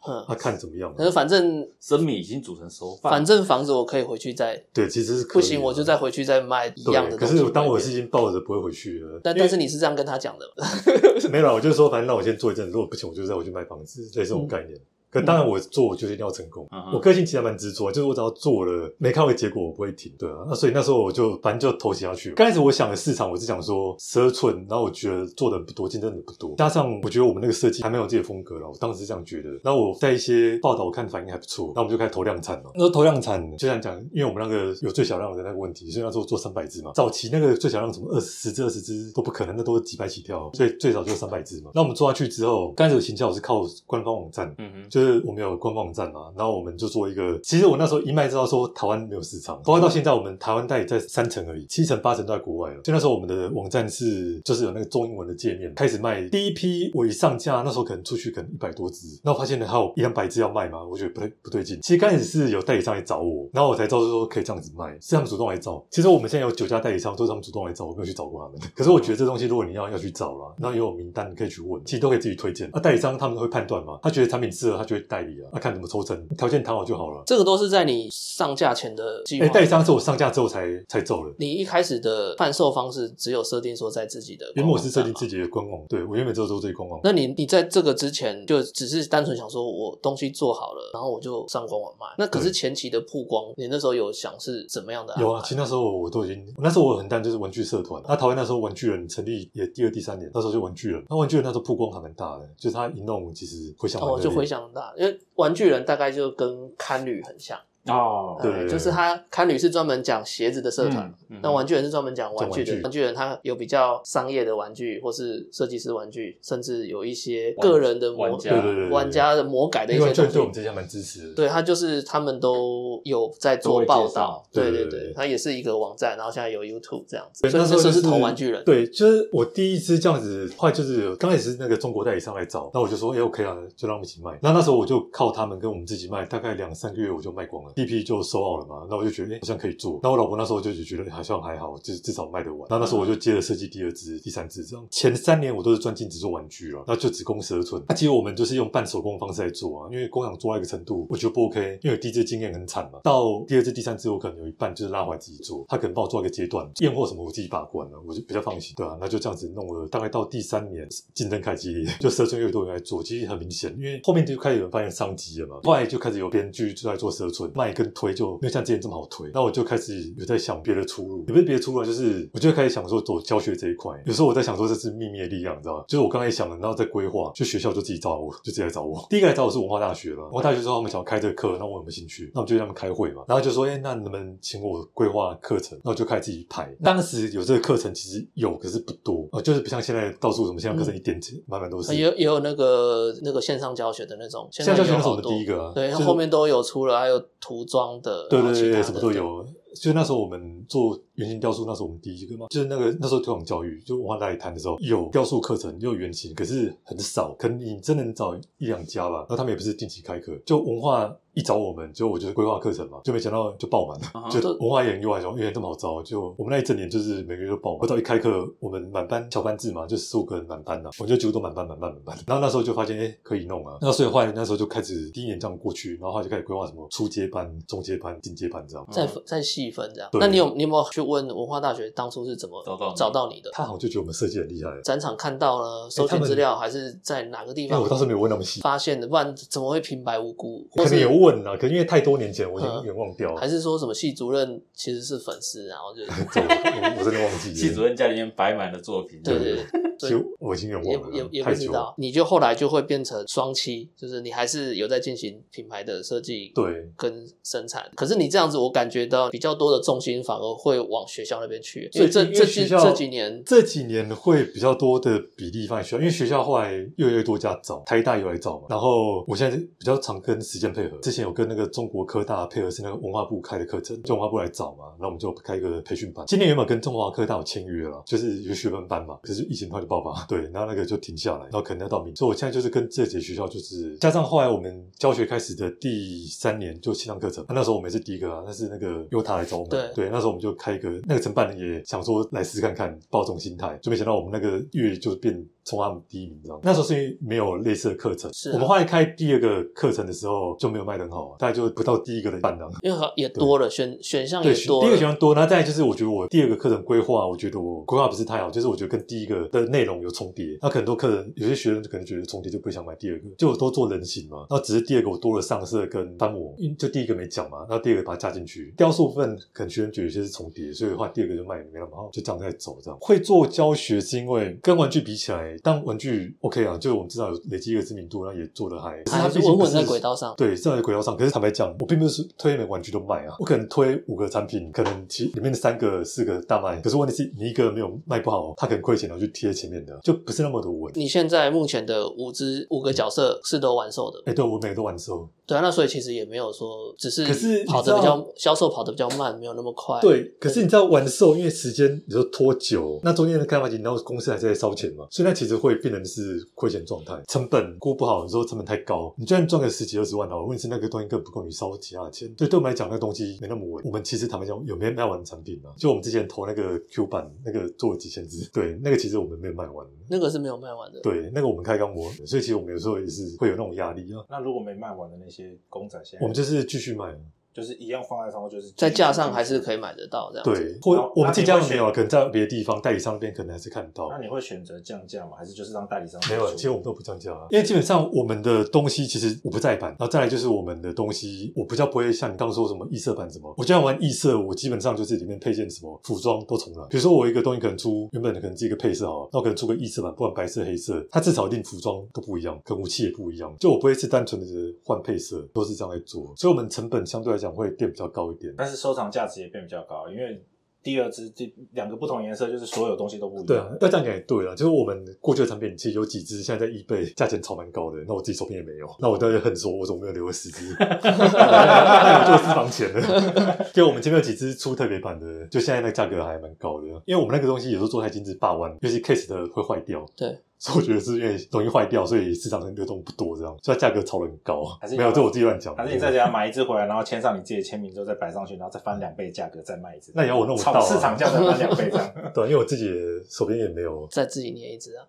嗯他、，看怎么样啊。可是反正生米已经煮成熟饭，反正房子我可以回去再，对，其实是可以不行的我就再回去再卖一对样的可东西。是当我是已，经抱着不会回去了，但因为但是你是这样跟他讲的吗，嗯没有啦，我就说反正让我先做一阵，如果不行我就再回去卖房子，类似这种概念。可可当然我做我就是一定要成功。嗯哼我个性其实还蛮执着，就是我只要做了，没看到结果我不会停。对啊，那所以那时候我就反正就投钱下去了。刚开始我想的市场，我是想说十二寸，然后我觉得做的不多，竞争的不多，加上我觉得我们那个设计还没有自己的风格了，我当时是这样觉得。然后我在一些报道我看反应还不错，然后我们就开始投量产了。那时候投量产就像讲，因为我们那个有最小量的那个问题，所以那时候做三百只嘛。早期那个最小量什么二十只、二十只都不可能，那都是几百起跳，所以最少就三百只嘛。那我们做下去之后，刚开始行销我是靠官方网站，嗯哼，就是我们有官方网站嘛，啊然后我们就做一个。其实我那时候一脉知道说台湾没有市场，包括到现在我们台湾代理在三成而已，七成八成都在国外了。就那时候我们的网站是就是有那个中英文的界面，开始卖第一批我一上架，那时候可能出去可能一百多只，那我发现呢还有一两百只要卖嘛，我觉得不对不对劲。其实刚开始是有代理商来找我，然后我才知道说可以这样子卖，是他们主动来找。其实我们现在有九家代理商都是他们主动来找我，我没有去找过他们。可是我觉得这东西如果你要要去找啦，然后也有名单你可以去问，其实都可以自己推荐。那、啊代理商他们会判断嘛，他觉得产品适合，他就会代理啊，那、看怎么抽成，条件谈好就好了。这个都是在你上架前的计哎、划。代理商是我上架之后才才走了。你一开始的贩售方式只有设定说在自己的，原本我是设定自己。己的官网，对我原本只有做自己官网。那你你在这个之前就只是单纯想说我东西做好了，然后我就上官网卖。那可是对前期的曝光，你那时候有想是怎么样的安排？有啊，其实那时候我都已经，那时候我很淡，就是玩具社团。那台湾那时候玩具人成立也第二、第三年，那时候就玩具人。那玩具人那时候曝光还蛮大的，就是他一弄其实回响蛮热哦，烈就回想大，因为玩具人大概就跟堪旅很像，哦，对哎就是他堪旅是专门讲鞋子的社团，嗯那玩具人是专门讲玩具的讲玩具，玩具人他有比较商业的玩具，或是设计师玩具，甚至有一些玩个人的模呃玩家对对对对玩家的魔改的一因为些玩具东人对我们西。这些还蛮支持的。对他就是他们都有在都做会介报道绍，对对对对对对，他也是一个网站，然后现在有 YouTube 这样子，对，所以那时候候就是投玩具人，对，就是我第一次这样子，后来就是有刚开始是那个中国代理商来找，那我就说，哎、o k 啊，就让我们一起卖。那那时候我就靠他们跟我们自己卖，大概两三个月我就卖光了，第一批就收好了嘛。那我就觉得，哎、好像可以做。那我老婆那时候就觉得好像还好，至至少卖得完。那那时候我就接了设计第二支、第三支这样。前三年我都是专精只做玩具了，那就只供十二寸。那其实我们就是用半手工方式来做啊，因为工厂做到一个程度，我觉得不 OK，因为我第一支经验很惨嘛。到第二支、第三支，我可能有一半就是拉回来自己做，他可能帮我做一个阶段，验货什么我自己把关了，我就比较放心，对啊，那就这样子弄了，大概到第三年竞争开始激烈，就十二寸越多人来做，其实很明显，因为后面就开始有人发现商机了嘛，后来就开始有编剧就在做十二寸卖跟推就没有像之前这么好推，那我就开始有在想别的出路，也不是别的出路啊，就是我就开始想说走教学这一块，有时候我在想说这是秘密的力量，你知道吗？就是我刚才想了，然后在规划，就学校就自己找我，就自己来找我。第一个来找我是文化大学了，文化大学说他们想要开这个课，那我有没有兴趣？那我们就跟他们开会嘛，然后就说，哎、那你们请我规划课程，那我就开始自己排。当时有这个课程其实有，可是不多，呃，就是不像现在到处什么现在课程一点点，满满都是。哦呃也有也有那个那个线上教学的那种，现在在有教学那是我好们多第一个啊，对，就是后面都有出了，还有涂装的，对然后对对其他对，的什么都。有。就那时候我们做原型雕塑，那时候我们第一个嘛，就是那个那时候推广教育，就文化大一谈的时候，有雕塑课程，也有原型，可是很少，可能你真能找一两家吧。然后他们也不是定期开课，就文化一找我们，就我就是规划课程嘛，就没想到就爆满了。啊哈就文化研、幼儿园、幼儿园这么好招，就我们那一整年就是每个月都爆满。不到一开课，我们满班小班制嘛，就十五个人满班呐、啊我们就几乎都满班、满班、满班。然后那时候就发现，哎、可以弄啊。那所以后来那时候就开始第一年这样过去，然后后来就开始规划什么初阶班、中阶班、进阶班这样。嗯再分再细分这样。嗯对那你有你有没有去问文化大学当初是怎么找到你找到你的？啊他好像就觉得我们设计很厉害，展场看到了，搜他集们资料还是在哪个地因为方？我当时没有问那么细，发现的，不然怎么会平白无故？可或能是有问啊，可是因为太多年前，我已经嗯有点忘掉了。还是说什么系主任其实是粉丝，啊然后就 *laughs* 这我 *laughs* 我我真的忘记了。系主任家里面摆满了作品，对对对，其实我已经有也点忘也了，也不太知久道了。，你就后来就会变成双期，就是你还是有在进行品牌的设计，对，跟生产。可是你这样子，我感觉到比较多的重心反而会往学校那边去，因所以为这因为这学几校这几年，这几年会比较多的比例放在学校，因为学校后来越来越多家找，台大有来找嘛。然后我现在比较常跟实践配合，之前有跟那个中国科大配合是那个文化部开的课程，就文化部来找嘛，然后我们就开一个培训班。今年原本跟中华科大有签约了，就是有学分班嘛，可是疫情后来就爆发， *laughs* 对，然后那个就停下来，然后可能要到明年。所以我现在就是跟这几个学校，就是加上后来我们教学开始的第三年就线上课程，那那时候我们也是第一个啊，那是那个优塔来找我们，对对，那时候我们就开一个，那个承办人也想说来试试看看，抱这种心态，就没想到我们那个月就变冲他们第一名，这样。那时候是因为没有类似的课程，是啊我们后来开第二个课程的时候就没有卖得很好，啊大概就不到第一个的一半档。因为好也多了，选选项对，也选多第一了个学。生多，然后再来就是我觉得我第二个课程规划，我觉得我规划不是太好，就是我觉得跟第一个的内内容有重叠，那可能很多客人有些学生就可能觉得重叠就不想买第二个，就我多做人形嘛，那只是第二个我多了上色跟翻模，因就第一个没讲嘛，那第二个把它加进去，雕塑部分可能学生觉得有些是重叠，所以的话第二个就卖没那么好，就这样在走这样。会做教学是因为跟玩具比起来，当玩具 OK 啊，就我们知道有累积一个知名度，那也做的还，可是它还毕是竟稳不稳是在轨道上。对，站在轨道上。可是坦白讲，我并不是推每个玩具都卖啊，我可能推五个产品，可能其里面的三个、四个大卖。可是问题是你一个没有卖不好，他可能亏钱，然后去贴前面的，就不是那么的稳。你现在目前的五只五个角色是都完售的，哎、对我每个都完售。对啊，那所以其实也没有说，只可是你跑得比知较销售跑得比较慢，没有那么快。对，可是你知道完售，因为时间你说拖久，那中间的开发期，然后公司还在烧钱嘛，所以那其实会变成是亏钱状态，成本估不好，有时候成本太高，你就算赚个十几二十万好了，问题是那个东西根本不够你烧其他的钱，所以对我们来讲，那个东西没那么稳。我们其实坦白讲，有没有卖完的产品啊？就我们之前投那个 Q 版，那个做了几千只，对，那个其实我们没有卖完。那个是没有卖完的。对，那个我们开刚模，所以其实我们有时候也是会有那种压力啊。那如果没卖完的那些公仔，现在我们就是继续卖，啊就是一样放在上面，就是在架上还是可以。以买得到这样子。对，或那我们这家那你会没选有啊，可能在别的地方代理商那边可能还是看得到。那你会选择降价吗？还是就是让代理商没有，做其实我们都不降价啊，因为基本上我们的东西其实我不在版，然后再来就是我们的东西，我比较不会像你刚刚说什么异色版什么，我就算玩异色，我基本上就是里面配件什么服装都重来。比如说我一个东西可能出原本可能是一个配色好了，那我可能出个异色版，不管白色黑色，它至少一定服装都不一样，跟武器也不一样，就我不会是单纯的换配色，都是这样来做，所以我们成本相对来讲会变比较高一点。但是收藏价值也变比较高，因为第二只第两个不同颜色，就是所有东西都不一对啊样，。要这样讲也对啦，就是我们过去的产品其实有几只现在在 eBay 价钱炒蛮高的，那我自己手边也没有，那我当然很说，我怎么没有留个十 *laughs* 只？ *laughs* 那我就私房钱了。 *laughs* 对，我们前面有几只出特别版的，就现在那个价格还蛮高的，因为我们那个东西有时候做太精致霸弯，尤其 case 的会坏掉。对。所以我觉得是因为容易坏掉，所以市场上流动不多，这样，所以它价格炒得很高还是。你没有，这我自己乱讲。还是你在家买一只回来，然后签上你自己的签名之后再摆上去，然后再翻两倍价格再卖一只。那也要我弄不到炒啊市场价再翻两倍这 *laughs* 样。对，因为我自己也手边也没有，再自己捏一只啊！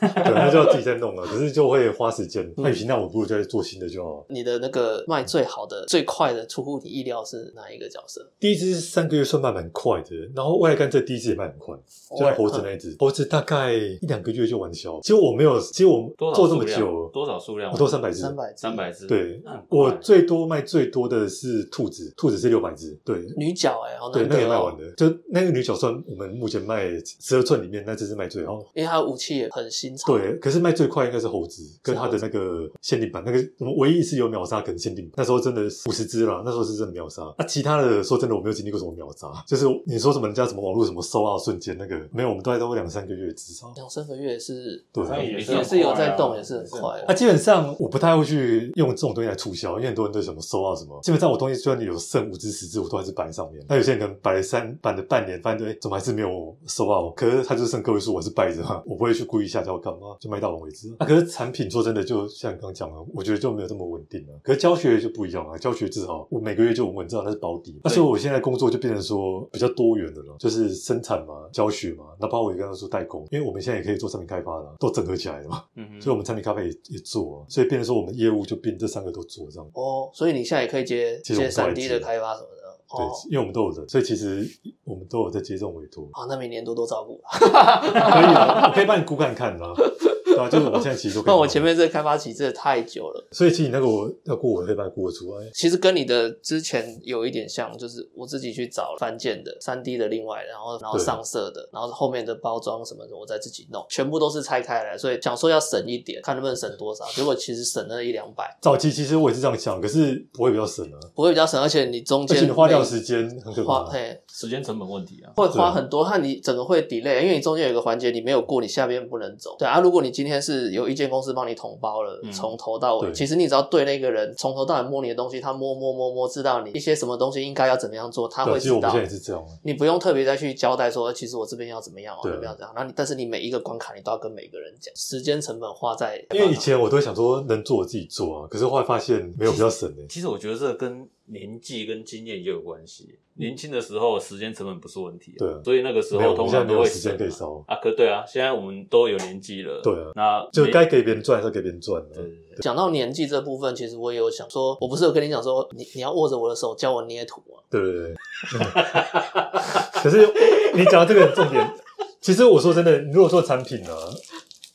对，那就要自己再弄了。可是就会花时间。那与其那我不如再做新的就好了。你的那个卖最好的、最快的，出乎你意料是哪一个角色？第一只三个月算卖蛮快的，然后外干这第一只也卖很快，就像嗯猴子那一只，猴子大概一两个月就完销。其实我没有，其实我多少做这么数量久，多少数量啊我都三百只，三百只，三百只，对那很，快啊我最多卖最多的是兔子，兔子是六百只，对。女角哎、好对，难那个得也卖哦完、的，就那个女角算我们目前卖十二寸里面那只是卖最好。因为它的武器也很新潮。对，可是卖最快应该是猴子，跟它的那个限定版，那个我们唯一一次有秒杀跟限定版，那时候真的五十只啦，那时候是真的秒杀。那、其他的说真的，我没有经历过什么秒杀，就是你说什么人家什么网络什么收啊瞬间那个没有，我们大概都两三个月至少。两三个月是，对好像也也是有在动很快啊也是很也是很快啊那、基本上我不太会去用这种东西来促销，因为很多人都什么收啊什么。基本上我东西虽然有剩五只十只，我都还是摆在上面。那有些人可能摆了三摆了半年，发现哎怎么还是没有收啊？可是它就剩个位数，我还是摆着嘛，我 *laughs* 不会去故意下调干嘛，就卖到完为止。啊那、可是产品说真的，就像你刚刚讲了，我觉得就没有这么稳定了、啊可是教学就不一样啊，教学至少我每个月就稳稳知道那是保底。那所以我现在工作就变成说比较多元的了，就是生产嘛、教学嘛，哪怕我也刚刚说代工，因为我们现在也可以做产品开发了，都整合起来了嘛。嗯哼所以我们产品开发也也做、啊，所以变成说我们业务就变这三个都做这样。哦，所以你现在也可以接其实我接们都三还 D 接的开发什么的。对哦，，，因为我们都有人，所以其实我们都有在接这种委 *laughs* 托好，那明年多多照顾啊。可以啊，我可以帮你估看看啊。对啊，就是我们现 *laughs* 在其实都可以。哦那我前，面这个开发期真的太久了，所以其实你那个我要估，我可以帮你估得出来。其实跟你的之前有一点像，就是我自己去找翻件的、三 D 的，另外然后然后对上色的，然后后面的包装什么的，我再自己弄，全部都是拆开来，所以想说要省一点，看能不能省多少，结果其实省了一两百，早期其实我也是这样想，可是我也比较省啊，不会比较省，而且你中而且间你花掉每时间很可花怕。嘿。时间成本问题啊，会花对很多，那你整个会 delay，因为你中间有一个环节你没有过，你下边不能走。对啊，如果你今天是有一间公司帮你统包了，嗯从头到尾，对其实你只要对那个人从头到尾摸你的东西，他摸摸摸摸，知道你一些什么东西应该要怎么样做，他对啊，会其实知我们道现。在也是这样啊。你不用特别再去交代说，呃其实我这边要怎么样，我对那边要怎样。然后你，但是你每一个关卡你都要跟每个人讲，时间成本花在因为以前我都会想说能做我自己做啊，可是后来发现没有比较省欸 *laughs* 的、其实我觉得这跟年纪跟经验也有关系。年轻的时候时间成本不是问题、啊，对啊所以那个时没有候我们通现在常没都有会时间省可以啊嗯烧啊。可对啊，现在我们都有年纪了，对啊那就没该给别人赚还是要给别人赚啊的、对对对讲到年纪这部分，其实我也有想说，我不是有跟你讲说，你你要握着我的手教我捏土吗？啊嗯对不对？可是你讲到这个重点，其实我说真的，如果做产品呢、啊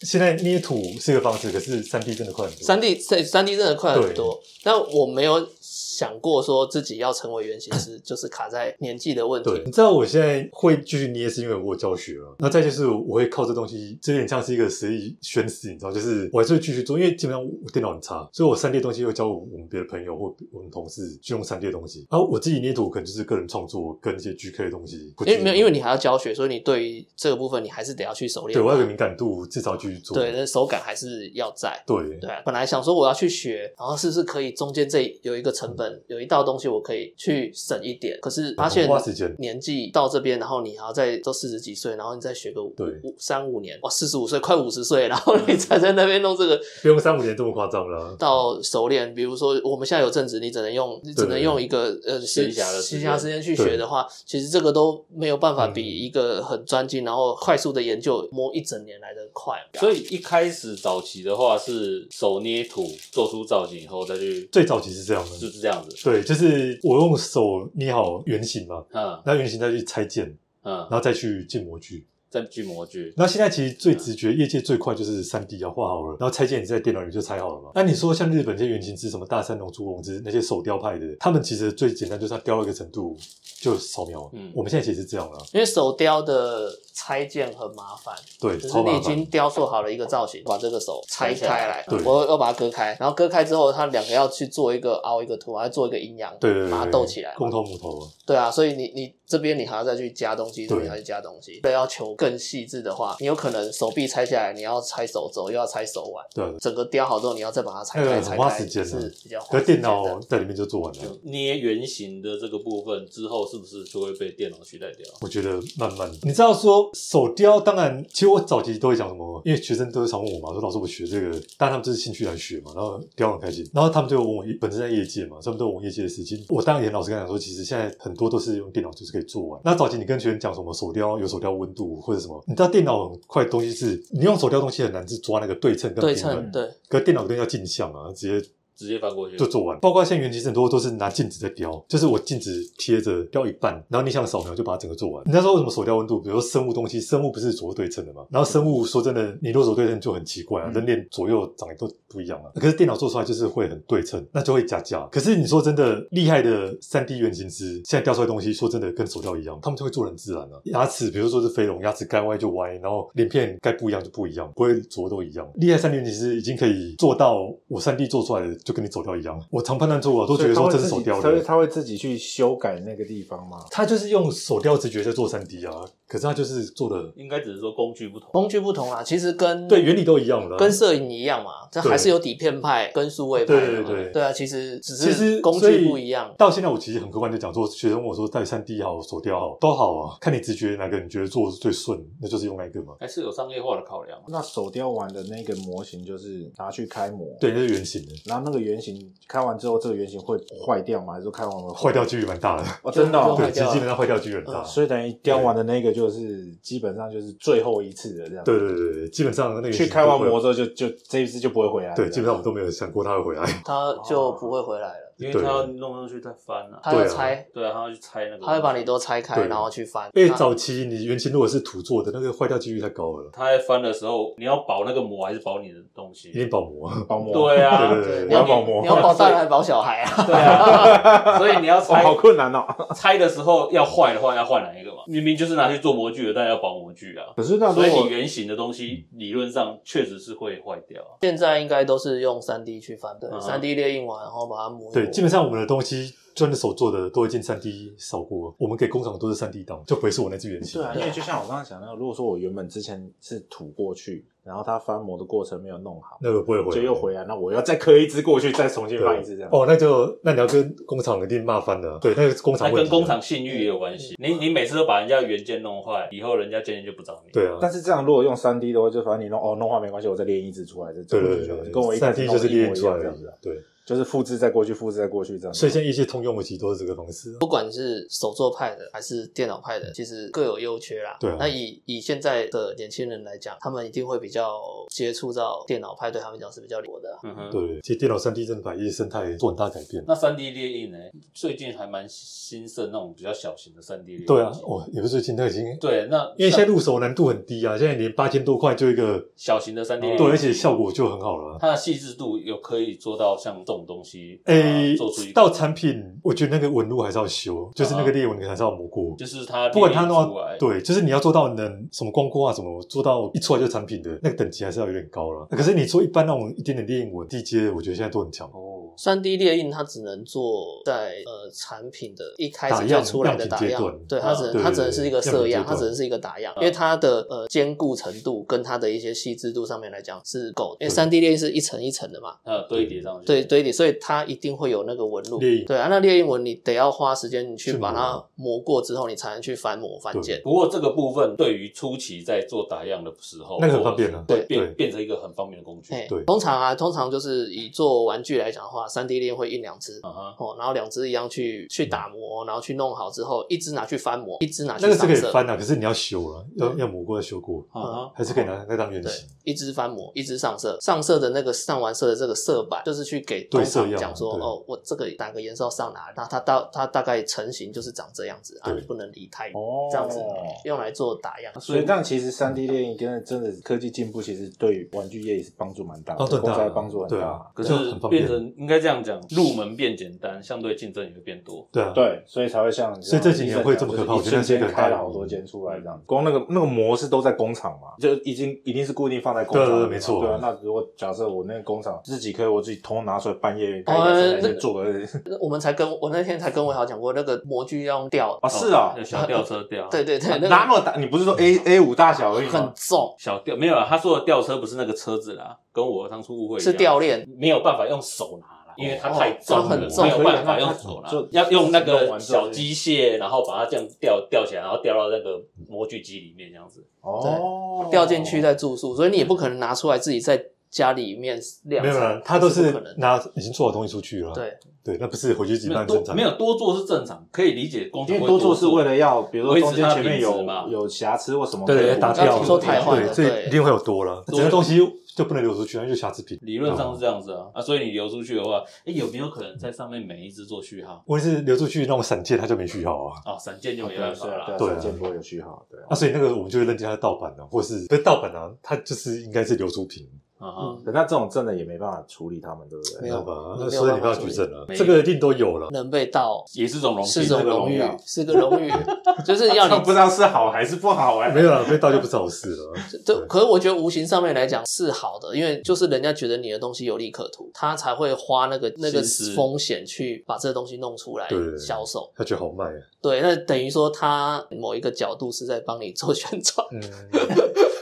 现在捏土是个方式，可是三 D 真的快很多。三 D 三三 D 真的快很多，但我没有想过说自己要成为原型师，就是卡在年纪的问对，题。你知道我现在会继续捏，是因为我有教学了。那再就是我会靠这东西，这有点像是一个实力宣誓，你知道，就是我还是会继续做，因为基本上我电脑很差，所以我三 D 的东西会教我我们别的朋友或我们同事去用三 D 的东西。然啊后我自己捏土可能就是个人创作跟一些 GK 的东西，因为没有，因为你还要教学，所以你对于这个部分你还是得要去熟练对它。我要有个敏感度，至少继续做。对，那手感还是要在。对对啊，本来想说我要去学，然后是不是可以中间这有一个成本，有一道东西我可以去省一点。可是发现花时间年纪到这边，然后你还要再都四十几岁，然后你再学个五对嗯五三五年，哇，四十五岁快五十岁，然后你才在那边弄这个，不用三五年这么夸张啦。到熟练，比如说我们现在有正职，你只能用你只能用一个呃闲暇的时闲间暇时间去学的话，其实这个都没有办法比一个很专精、然后快速的研究摸一整年来的快。嗯所以一开始早期的话是手捏土做出造型以后再去，最早期是这样的，就是这样子。对，就是我用手捏好圆形嘛，嗯那圆形再去拆件，然嗯，后再去建模具。再锯模具，那现在其实最直觉，业界最快就是三 D 要画好了，然后拆件你在电脑里就拆好了嘛。那你说像日本这些原型师，什么大山龙、朱龙之那些手雕派的，他们其实最简单就是它雕到一个程度就扫描。嗯我们现在其实是这样了，因为手雕的拆件很麻烦，对，就是超你麻已烦经。雕塑好了一个造型，把这个手拆开来，对我要把它割开，然后割开之后，它两个要去做一个凹一个凸，还要做一个阴阳，对对对，把它斗起来嘛。公头母头，对啊，所以你你这边你还要再去加东西，这对边还要去加东西。为了要求更细致的话，你有可能手臂拆下来，你要拆手肘，又要拆手腕，对啊。 *laughs* 整个雕好之后，你要再把它拆那个开，很拆花开时间啊是比较花时可是电间脑的。在里面就做完了，捏圆形的这个部分之后是不是就会被电脑取代掉？我觉得慢慢，你知道说手雕，当然，其实我早期都会讲什么，因为学生都会常问我嘛，说老师我学这个，但他们就是兴趣来学嘛，然后雕得很开心，然后他们就问我本身在业界嘛，他们都问我业界的事情，我当然也老实跟他讲说，其实现在很多都是用电脑就是可以做完。那早期你跟学生讲什么手雕有手雕温度或者什么，你知道电脑很快的东西是，你用手雕东西很难是抓那个对称跟对平衡称，，对，可是电脑跟要镜像啊，直接直接翻过去就做完。包括现在原型很多都是拿镜子在雕，就是我镜子贴着雕一半，然后逆向扫描就把它整个做完。人家说为什么手雕温度？比如说生物东西，生物不是左右对称的嘛？然后生物说真的，你若左对称就很奇怪啊，嗯人脸左右长得都不一样啊。可是电脑做出来就是会很对称，那就会假假。可是你说真的，厉害的三 D 原型师现在雕出来的东西，说真的跟手雕一样，他们就会做人自然了、牙齿，比如说是飞龙，牙齿该歪就歪，然后鳞片该不一样就不一样，不会左右都一样。厉害三 D 原型师已经可以做到我三 D 做出来的就跟你手雕一样。我常判断错误啊，都觉得说这是手雕所以的。他会自己去修改那个地方吗？欸他就是用手雕直觉在做三 D 啊，可是他就是做的应该只是说工具不同。工具不同啦，其实跟对原理都一样的啊、跟摄影一样嘛，这对还是有底片派跟数位派的嘛。对对对啊，其实只其实是工具不一样。到现在我其实很客观的讲说，学生问我说，到底三 D 好手雕好都好 *laughs* 啊，看你直觉哪个你觉得做得最顺，那就是用那个嘛。还是有商业化的考量嘛，那手雕完的那个模型就是拿去开模，，对，那是圆形的，然后那个原型开完之后，这个原型会坏掉吗？还是说开完会坏掉？几率蛮大的。哦，真的哦、就对，坏其掉实了基本上坏掉几率很大。嗯所以等于雕完的那个就是基本上就是最后一次的这样。对对对对，基本上那个去开完模模，之后就就这一次就不会回来了。对，基本上我们都没有想过他会回 *laughs* 来。它就不会回来了，因为它啊要弄上去再翻啊。它要哦对啊拆，对啊，它要去拆那个，它会把你都拆开，对然后去翻。因为那哎早期你原型如果是土做的，那个坏掉几率太高了，他在翻的时候，你要保那个膜还是保你的东西一？定保模。包模。对啊，对对对你要我要保模你要保大人还保小孩啊？对 *laughs* 啊，所以你要哦，拆好困难哦！拆的时候要坏的话要换哪一个嘛？明明就是拿去做模具的，但要保模具啊。可是那如所以你果圆形的东西理论上确实是会坏掉啊，现在应该都是用三 D 去翻，对，嗯三 D 列印完，然后把它磨一啊对，磨基本上我们的东西，专的手做的都会进三 D 扫过，我们给工厂都是三 D 档，就不会是我那只原型。对啊，因为就像我刚刚讲到，如果说我原本之前是土过去，然后它翻模的过程没有弄好，那个不会回来，就又回来，那我要再刻一只过去，再重新对翻一次这样。哦，那就那你要跟工厂一定骂翻了。啊对，那个是工厂它问跟题。工厂信誉也有关系。嗯你你每次都把人家原件弄坏，以后人家渐渐就不找你。对啊，但是这样，如果用三 D 的话，就反正你弄哦弄坏没关系，我再练一只出来，再对做对对对，跟我一三开始 D 弄就是一模练一出来样这的样子啊，，对。就是复制再过去，复制再过去这样子。所以现在业界通用的其实都是这个方式啊、不管是手作派的还是电脑派的，其实各有优缺啦。对啊那以以现在的年轻人来讲，他们一定会比较接触到电脑派，对他们讲是比较多的啊。嗯哼，对，其实电脑三 D 正版业生态做很大改变。那三 D 猎印呢？最近还蛮兴盛那种比较小型的三 D 猎印。对啊，哦，也不是最近，它已经对，啊那因为现在像入手难度很低啊，现在连八千多块就一个，小型的三哦 D 猎印，对，而且效果就很好了。啊它的细致度有可以做到像这种东西，诶、呃做出一到个，产品，我觉得那个纹路还是要修，就是那个裂纹还是要磨过。就是它不管它猎弄印出来到，对，就是你要做到能什么光光啊，什么做到一出来就产品的那个等级还是要有点高了。可是你做一般那种一点点裂纹地接，我觉得现在都很强。哦，三 D 列印它只能做在呃产品的一开打始就样出来的样品打阶样段，对它只啊对能它只能是一个对对色样，样品它阶段只能是一个打样，因为它的呃坚固程度跟它的一些细致度上面来讲是够的，因为对三 D 列印是一层一层的嘛，它有堆叠上去，对，堆底，所以它一定会有那个纹路。裂印对啊，那裂印纹你得要花时间，你去去把磨啊它磨过之后，你才能去翻模翻件。不过这个部分对于初期在做打样的时候，那个很方便啊对对，对变变成一个很方便的工具。嘿对通常啊，通常就是以做玩具来讲的话，三 D 列印会印两只。啊哈，哦，然后两只一样去去打磨，然后去弄好之后，一只拿去翻模，一只拿去嗯那个是上可以色，翻啊的、可是你要修了，要要磨过再修过，啊哈，还是可以拿那当原对型。，一只翻模，一只上色。上色的那个上完色的这个色板，就是去给对工色厂样讲说，对哦，我这个哪个颜色要上哪，那它大它大概成型就是长这样子啊，对你不能离太远哦这样子用来做打样。所以这样其实三 D 列印跟真的科技进步，其实对于玩具业也是帮助蛮大的，帮助很公大司还帮助很哦对大啊。可这样是很方便变成应该这样讲，入门变简单，相对竞争也会变多。对啊，对，所以才会像你所以这几年会这么可怕就是一瞬我觉得这个间很大嗯开了好多间出来这样子。光那个那个模是都在工厂嘛，就已经一定是固定放在工厂里面嘛。对对对没错对啊，那如果假设我那个工厂自己可以，我自己偷拿出来半哦夜开个生产那哦线做个那我们才跟我那天才跟伟豪讲过，那个模具要用吊 *laughs* 啊，，是啊哦那，小吊车吊，对对对，那那个么大，你不是说 A A 五大小而已很吗？重，小吊没有啊啦，他说的吊车不是那个车子啦，跟我当初误会一样是吊链，没有办法用手拿啦，因为哦它太重了，它很重没有办法用手拿就，要用那弄个完之后小就机械，然后把它这样吊吊起来，然后吊到那个模具机里面这样子。哦，掉进去再注塑，所以你也不可能拿出来自己在家里面晾没有晒啦，，他都这是不可能的。拿已经做好东西出去了。对，对，那不是回去自己没有办嗯正多常。没有多做是正常，可以理解工因为厂会多做是为了要，比如说维持中间它的前面品质有嘛有瑕疵或什么可以补对上，要打刚掉，听说台湾的对，所对以一定会有多了，整个东西就不能流出去，那就瑕疵品。理论上是这样子啊啊，所以你流出去的话，哎，有没有可能在上面每一只做序号问题是流出去那种闪件，它就没序号啊。啊？闪件就没对啊办是法啊，对了啊，对啊三件不会有序号，对啊那。所以那个我们就会认定它是盗版的，或是不是盗版啊，它就是应该是流出品，啊哈，嗯可，那这种真的也没办法处理他们，对不对？没没有办法，没有那所以办法你不要处举理证了没，这个一定都有了。能被盗也是种荣啊是幸。种是个荣荣誉耀，是个荣誉， *laughs* 就是 *laughs* 要这你不知道是好还是不好哎、没有啦，被盗就不是好事 *laughs* 了。这可是我觉得无形上面来讲是好的，因为就是人家觉得你的东西有利可图，他才会花那个那个心思风险去把这个东西弄出来对销售。他觉得好卖啊，对，那等于说他某一个角度是在帮你做 *laughs* 宣传。嗯，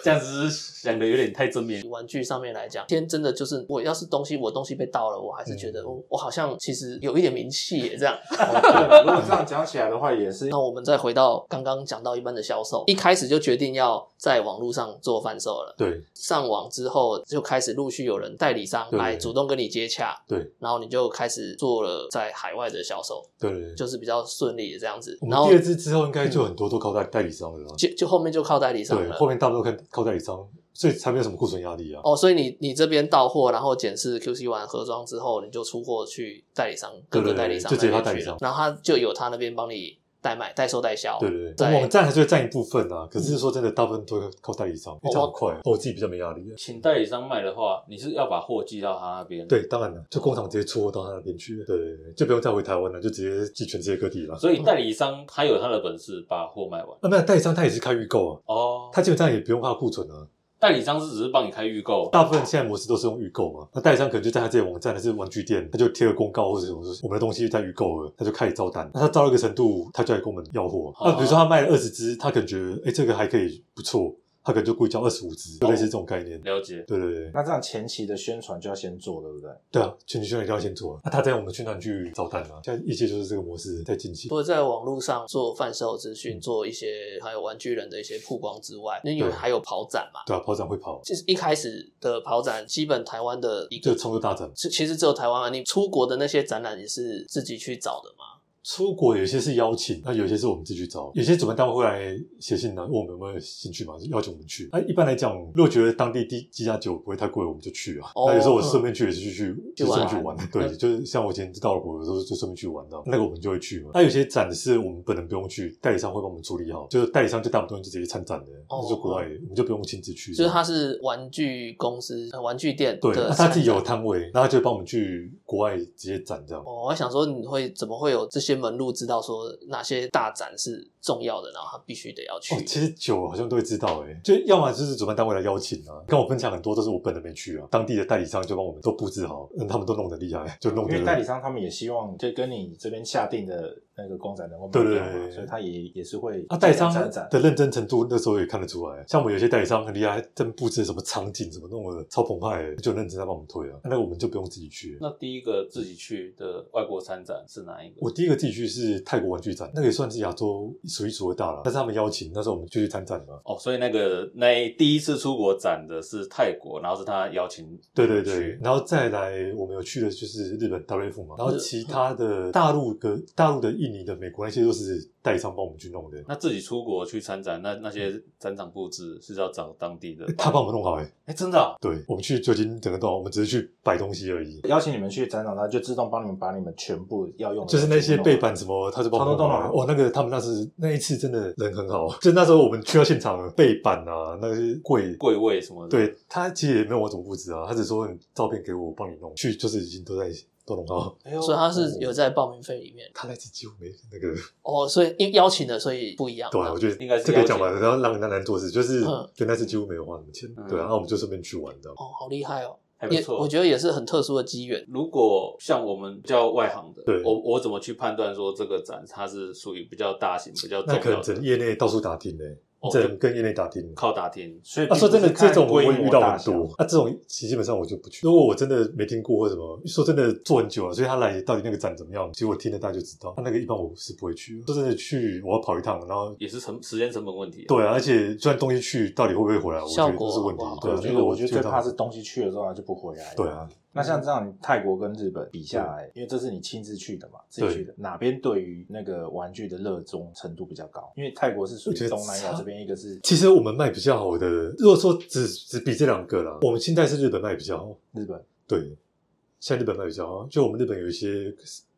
这样子想的有点太正面。玩具上面来讲，今天真的就是我要是东西，我东西被盗了，我还是觉嗯得哦我我好像其实有一点名气耶， *laughs* 这样。哦对如果这样讲起来的话，也是那我们再回到刚刚讲到一般的销售，一开始就决定要在网络上做贩售了。对上网之后，就开始陆续有人代理商对来主动跟你接洽，对然后你就开始做了在海外的销售，对。就是比较顺利的这样子。我然们后第二支之后，应该就很多都靠代代理商了啊。就就后面就靠代理商对，了后。面大部分都靠靠代理商，所以才没有什么库存压力啊。哦，所以你你这边到货，然后检视 QC 完盒装之后，你就出货去代理商各对个对对代理商就直接那边到代理去了商然后他就有他那边帮你代卖、代售、代销。对对对对，网站还是会占一部分啊，可是说真的，大部分都会靠代理嗯商，因为这哦样很快啊。我自己比较没压力啊。请代理商卖的话，你是要把货寄到他那边。对，当然了，就工厂直接出货到他那边去，对对对，就不用再回台湾了，就直接寄全世界各地了。所以代理商他有他的本事把货卖完啊，那代理商他也是开预购啊，哦。他基本上也不用怕库存啊。代理商是只是帮你开预购，大部分现在模式都是用预购嘛，那代理商可能就在他自己的网站还是玩具店，他就贴个公告或者什么说我们的东西在预购了，他就开始招单。那他招到一个程度，他就来跟我们要货。哦那比如说他卖了二十只，他可能觉得哎、诶这个还可以不错，他可能就故意交二十五只，就类似这种概念。了解。对对对，那这样前期的宣传就要先做，对不对？对啊，全球宣传一定要先做啊。那他在我们宣传去找单啊，现在一切就是这个模式在进行。除了在网络上做贩售资讯、做一些还有玩具人的一些曝光之外，因为有嗯对还有跑展嘛。对啊，跑展会跑，其实一开始的跑展，基本台湾的一就个，冲个大展。其其实只有台湾啊。你出国的那些展览也是自己去找的嘛？出国有些是邀请，那有些是我们自己去找，有些主办单位会来写信呢、问我们有没有兴趣嘛，就邀请我们去。那一般来讲，如果觉得当地地鸡架酒不会太贵，我们就去啊。哦那有时候我顺便去也是去去去就玩嗯顺便去玩，对，就是像我以前到了国，有时候就顺便去玩的，那个我们就会去嘛。那有些展是我们本人不用去，代理商会帮我们处理好，就是代理商就带我们东西就直接参展的，哦那就国外我们就不用亲自去。就是它是玩具公司、呃玩具店对，的那他自己有参展摊位，然后他就帮我们去国外直接展这样。哦，我还想说你会怎么会有这些门路知道说哪些大展是重要的，然后他必须得要去。哦，其实酒好像都会知道诶，就要么就是主办单位来邀请啊，跟我分享很多都是我本人没去啊，当地的代理商就帮我们都布置好，嗯，他们都弄得厉害，就弄因为代理得商他们也希望就跟你这边下定的那个公仔能够卖对掉对嘛，对所以他也也是会啊，代理商展展。的认真程度那时候也看得出来，像我们有些代理商很厉害，他们布置什么场景什么弄得超澎湃的，就很认真在帮我们推啊，那个我们就不用自己去。那第一个自己去的外国参展是哪一个？我第一个自己去是泰国玩具展，那个也算是亚洲数一数二大了，但是他们邀请，那时候我们就去参展嘛。哦，所以那个那第一次出国展的是泰国，然后是他邀请对对对去，然后再来我们有去的就是日嗯本 WF 嘛，然后日其他的大陆的大陆的印尼的美国那些都是代理商帮我们去弄的，那自己出国去参展，那那些展场布置是要找当地的。他帮我们弄好哎、哎、真的啊、对我们去酒精整个岛，我们只是去摆东西而已，邀请你们去展览，他就自动帮你们把你们全部要用的，就是那些背板什么，他就帮我们弄好他了。都弄哦，那个他们那是那一次真的人很好，就那时候我们去到现场背板啊，那些柜。柜位什么的。，对他其实也没有我怎么布置啊，他只说你照片给我，我帮你弄。去就是已经都在都弄好，哎呦，所以他哦是有在报名费里面他那次几乎没那个哦，所以因为邀请的，所以不一样。对啊，我觉得应该是这个了解讲完，然后让人家难做事，就是嗯对那次几乎没有花什么钱，嗯对啊，然后我们就顺便去玩的。哦，好厉害哦，还不也错。啊我觉得也是很特殊的机缘。如果像我们叫外行的，对我我怎么去判断说这个展它是属于比较大型、比较重那可要能整的？业内到处打听呢，哦整跟业内打听。靠打听，所以啊，并说真的，不是看这种我规会模遇到大很小多。啊，这种基本上我就不去。如果我真的没听过或什么，说真的做很久了，所以他来到底那个展怎么样，其实我听了大家就知道。他啊那个一般我是不会去。说真的，去我要跑一趟，然后也是成时间成本问题、，对啊，而且就算东西去到底会不会回来，我觉效得果都是问题好不好。对哦对，我，觉啊那得个我觉得基本最上怕是东西去了之后它就不回来。对啊，那像这样，泰国跟日本比下来，因为这是你亲自去的嘛，自己去的，哪边对于那个玩具的热衷程度比较高？因为泰国是属于我觉得东南亚差这边，一个是其实我们卖比较好的，如果说只只比这两个啦，我们现在是日本卖比较好，日本，对，现在日本卖比较好，啊就我们日本有一些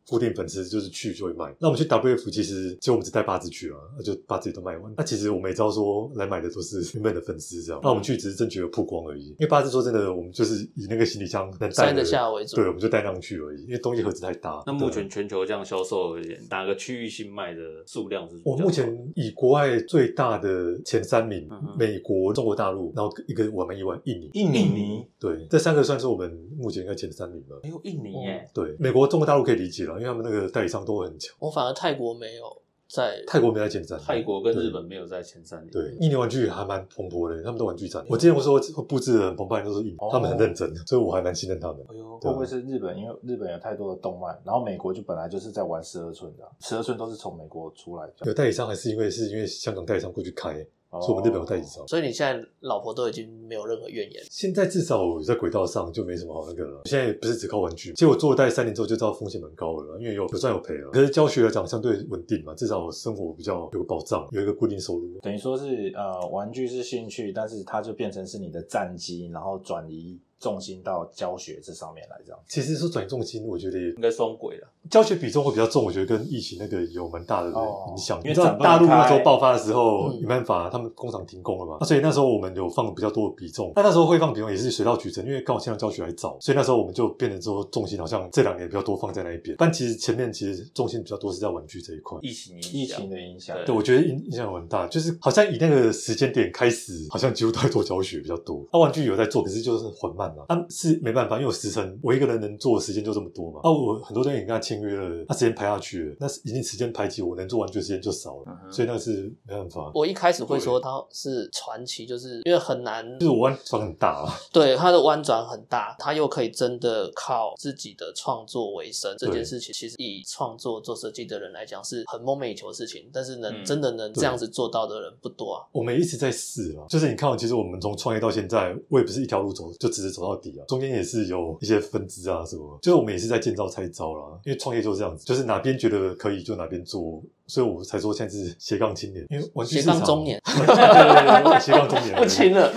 固定粉丝，就是去就会卖。那我们去 WF，其实就我们只带八只去啊，那就把自己都卖完。那其实我们也知道说来买的都是原本的粉丝这样，那我们去只是争取有曝光而已。因为八只说真的，我们就是以那个行李箱能带塞的得下为主对，我们就带上去而已，因为东西盒子太大。那目前对。全球这样销售而言，哪个区域性卖的数量是比较高？我目前以国外最大的前三名，嗯哼美国、中国大陆，然后一个我蛮意外，印尼。印尼，嗯对，这三个算是我们目前应该前三名了哎。呦，印哦尼耶，对，美国、中国大陆可以理解了，因为他们那个代理商都很强。我反而泰国没有在泰国没在前三，泰国跟日本没有在前三名。对。对，印尼玩具还蛮蓬勃的，他们的玩具展，我之前我说布置的很澎湃，都是印尼哦，他们很认真，所以我还蛮信任他们。哎呦，对啊会不会是日本？因为日本有太多的动漫，然后美国就本来就是在玩十二寸的啊，十二寸都是从美国出来的。哦有代理商还是因为是因为香港代理商过去开，哦所以我们日本有代理商。所以你现在老婆都已经没有任何怨言，现在至少我在轨道上就没什么好那个了。现在也不是只靠玩具，其实我做了大概三年之后就知道风险蛮高的了，因为有有赚有赔了。可是教学来讲相对稳定嘛，至少我生活比较有个保障，有一个固定收入。等于说是呃，玩具是兴趣，但是它就变成是你的战机，然后转移重心到教学这上面来，这样。其实说转移重心，我觉得也应该双轨了。教学比重会比较重，我觉得跟疫情那个有蛮大的哦影响。因为你知道展不大陆开那时候爆发的时候，嗯没办法，他们工厂停工了嘛，那所以那时候我们有放比较多的比重。那那时候会放比重也是水到渠成，因为刚好现在教学来早，所以那时候我们就变成说重心好像这两年比较多放在那一边，但其实前面其实重心比较多是在玩具这一块。疫情影响疫情的影响，啊对对，我觉得影影响很大，就是啊好像以那个时间点开始，好像几乎都在做教学比较多。那玩具有在做，可是就是很慢，嘛。但是没办法，因为我时辰我一个人能做的时间就这么多嘛。啊，我很多东西跟他签约了，他时间排下去了，那是一定时间排挤，我能做完就时间就少了，哼所以那是没办法。我一开始会说他是传奇，就是因为很难就是我弯转很大啊，对他的弯转很大，他又可以真的靠自己的创作为生，这件事情其实以创作做设计的人来讲是很梦寐以求的事情，但是能、嗯真的能对这样子做到的人不多啊。我们一直在试啊，就是你看，其实我们从创业到现在，我也不是一条路走就直接走到底啊，中间也是有一些分支啊什么，就是我们也是在见招拆招啦。因为创业就是这样子，就是哪边觉得可以就哪边做，所以我才说现在是斜杠青年，因为玩具斜市场杠中年 *laughs* 对对对对，斜杠中年 *laughs* 不亲了，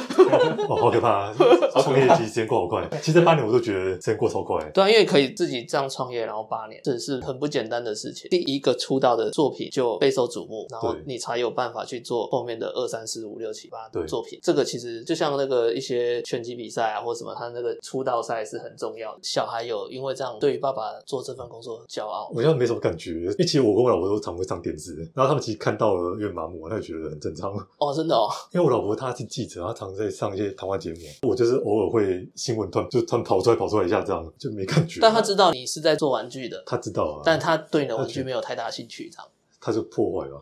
哦，好可怕、啊，创业期时间过好快，其实八年我都觉得时间过超快。对啊，因为可以自己这样创业，然后八年，这是很不简单的事情。第一个出道的作品就备受瞩目，然后对你才有办法去做后面的二三四五六七八对的作品。这个其实就像那个一些拳击比赛啊，或什么，他那个出道赛是很重要的。小孩有因为这样对于爸爸做这份工作很骄傲。我现在没什么感觉，因为其实我跟我老婆都常会上电视，然后他们其实看到了有点麻木，他就觉得很正常。哦，真的哦，因为我老婆她是记者，她常在上一些谈话节目，我就是偶尔会新闻突然就突然跑出来跑出来一下，这样就没感觉。但他知道你是在做玩具的，她知道啊，但他对你的玩他觉具得没有太大兴趣，这样。她就破坏 *laughs* 了。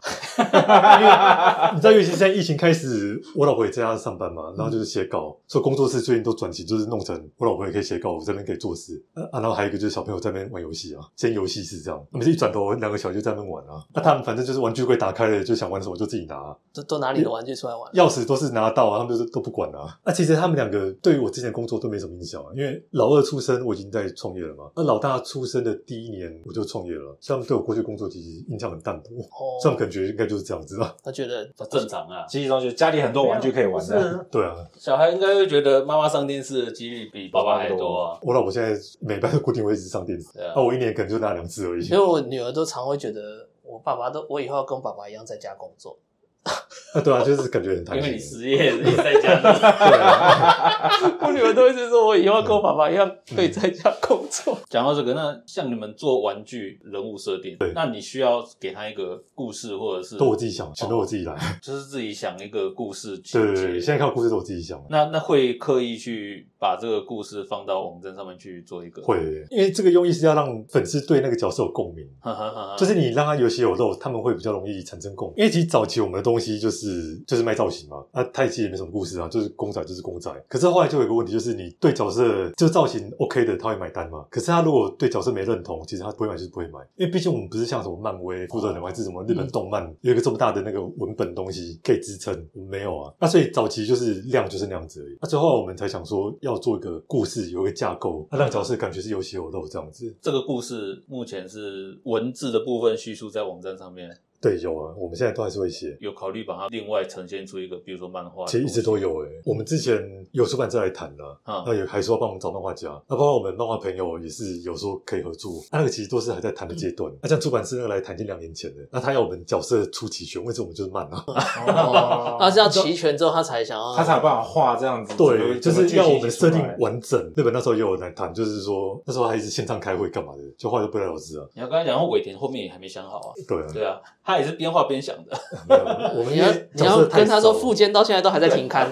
因为你知道，尤其是在疫情开始，我老婆也在家上班嘛，然后就是写稿，所以工作室最近都转型，就是弄成我老婆也可以写稿，我这边可以做事啊。啊然后还有一个就是小朋友在那边玩游戏啊，先游戏是这样，每次一转头两个小孩就在那边玩啊。那、他们反正就是玩具柜打开了，就想玩什么就自己拿啊、都都拿你的玩具出来玩，钥匙都是拿到啊，他们就是都不管啊。那、其实他们两个对于我之前的工作都没什么影响啊，因为老二出生我已经在创业了嘛，那老大出生的第一年我就创业了，所以他们对我过去工作其实印象很淡薄，哦所以他们感觉应该就是这样子啊。 *laughs* 他觉得正常啊。记忆中觉得家里很多玩具可以玩没有不的，是对啊，小孩应该会觉得妈妈上电视的几率比爸爸还多啊。我老婆现在每班都固定会一直上电视，对啊那、，我一年可能就拿两次而已因。为我女儿都常会觉得，我爸爸都我以后要跟爸爸一样在家工作，啊， *laughs* 对啊，就是感觉很贪因为你心。失业，你在家 *laughs* 里。对啊，我女儿都一直说我以后要跟我爸爸一样可以在家工作。讲到这个，那像你们做玩具人物设定，那你需要给他一个故事，或者是都我自己想，全都我自己来。 *laughs* 就是自己想一个故事情对对对，节。现在看故事都我自己想。那那会刻意去把这个故事放到网站上面去做一个，会，因为这个用意是要让粉丝对那个角色有共鸣。 *laughs* 呵呵呵呵，就是你让他有血有肉，他们会比较容易产生共鸣。因为其实早期我们的东西就是就是卖造型嘛，啊，太极也没什么故事啊，就是公仔就是公仔。可是后来就有一个问题，就是你对角色就造型 OK 的，他会买单嘛？可是他如果对角色没认同，其实他不会买就是不会买，因为毕竟我们不是像什么漫威、复仇者联盟还是什么日本动漫、有一个这么大的那个文本东西可以支撑，我们没有啊。那所以早期就是量就是那样子而已。那最后我们才想说要做一个故事，有一个架构，那让角色感觉是有血有肉这样子。这个故事目前是文字的部分叙述在网站上面，对，有啊，我们现在都还是会写。有考虑把它另外呈现出一个，比如说漫画的故其事，实一直都有诶、我们之前有出版社来谈了、嗯啊那也还说要帮我们找漫画家，那包括我们漫画朋友也是有说可以合作，那那个其实都是还在谈的阶段。那像出版社那个来谈已经两年前了，那他要我们角色出齐全，为什么我们就是慢啊？ *laughs* 嗯哦，啊他是要齐全之后，他才想要，他才有办法画这样子，对，就整个是剧情要我们设定出来完整。日本那时候也有来谈，就是说那时候还是线上开会干嘛的，就画就不了了之啊。你要刚才讲到尾田后面也还没想 *laughs* 好啊，对啊，对啊，他也是边画边想的， *laughs* 没有我们你要因为你角要色太跟他说少了复健到现在都还在停刊， *laughs*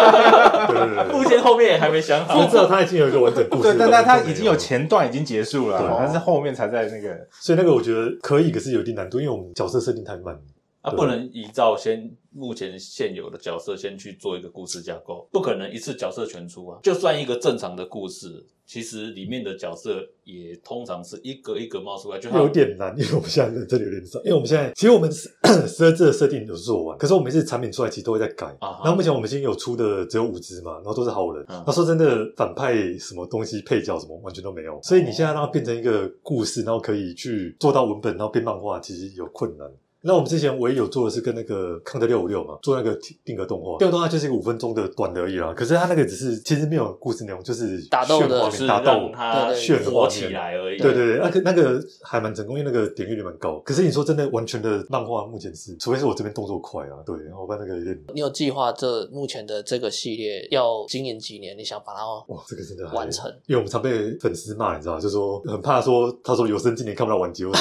对对对目对，前后面也还没想我好知。道他已经有一个完整故事对了，，但但但他是已经有前段已经结束了对啊，但是后面才在那个所以那个我觉得可以，可是有一定难度，因为我们角色设定太慢了。啊，不能依照先目前现有的角色先去做一个故事架构，不可能一次角色全出啊。就算一个正常的故事，其实里面的角色也通常是一个一个冒出来，就它有点难，因为我们现在真的有点少，因为我们现在其实我们 *coughs* 是十二只的设定有做完，可是我们每次产品出来其实都会在改。啊哈然后目前我们已经有出的只有五只嘛，然后都是好人。嗯那、说真的，反派什么东西配角什么完全都没有，所以你现在让它变成一个故事，然后可以去做到文本，然后变漫画，其实有困难。那我们之前唯一有做的是跟那个康德六五六嘛，做那个定格动画，定格动画就是一个五分钟的短的而已啦。可是它那个只是其实没有故事内容，就是打斗的炫画只面是打斗让，它对对炫火起来而已。对对对，那个那个还蛮成功，因为那个点阅率蛮高。可是你说真的，完全的漫画目前是，除非是我这边动作快啊，对，然后把那个有点，你有计划这目前的这个系列要经营几年？你想把它哇，这个真的还完。 *laughs* 成？因为我们常被粉丝骂， *laughs* 你知道，就说很怕说，他说有生今年看不到完结，我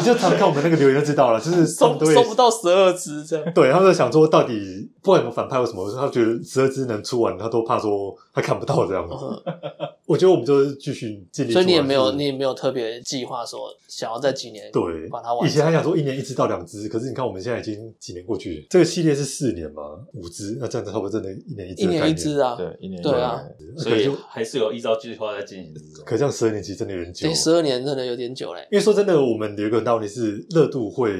你就常看我们那个留言就知道 *laughs* 了，就是他收们都会收不到十二只这样。对，他们在想说到底不管有没有反派或什么，他觉得十二只能出完，他都怕说他看不到这样子。 *laughs* 嗯我觉得我们就是继续尽力出所完，以你也没有，就是你也没有特别计划说想要在几年对欸把它，完成以前还想说一年一只到两只，可是你看我们现在已经几年过去，这个系列是四年嘛，五只，那这样子差不多真的一年一只，一年一，只啊，对，一年对啊，所以还是有依照计划在进行之中。可这样十二年其实真的有点久对，。十二年真的有点久嘞。因为说真的，我们有一个很大问题是热度会，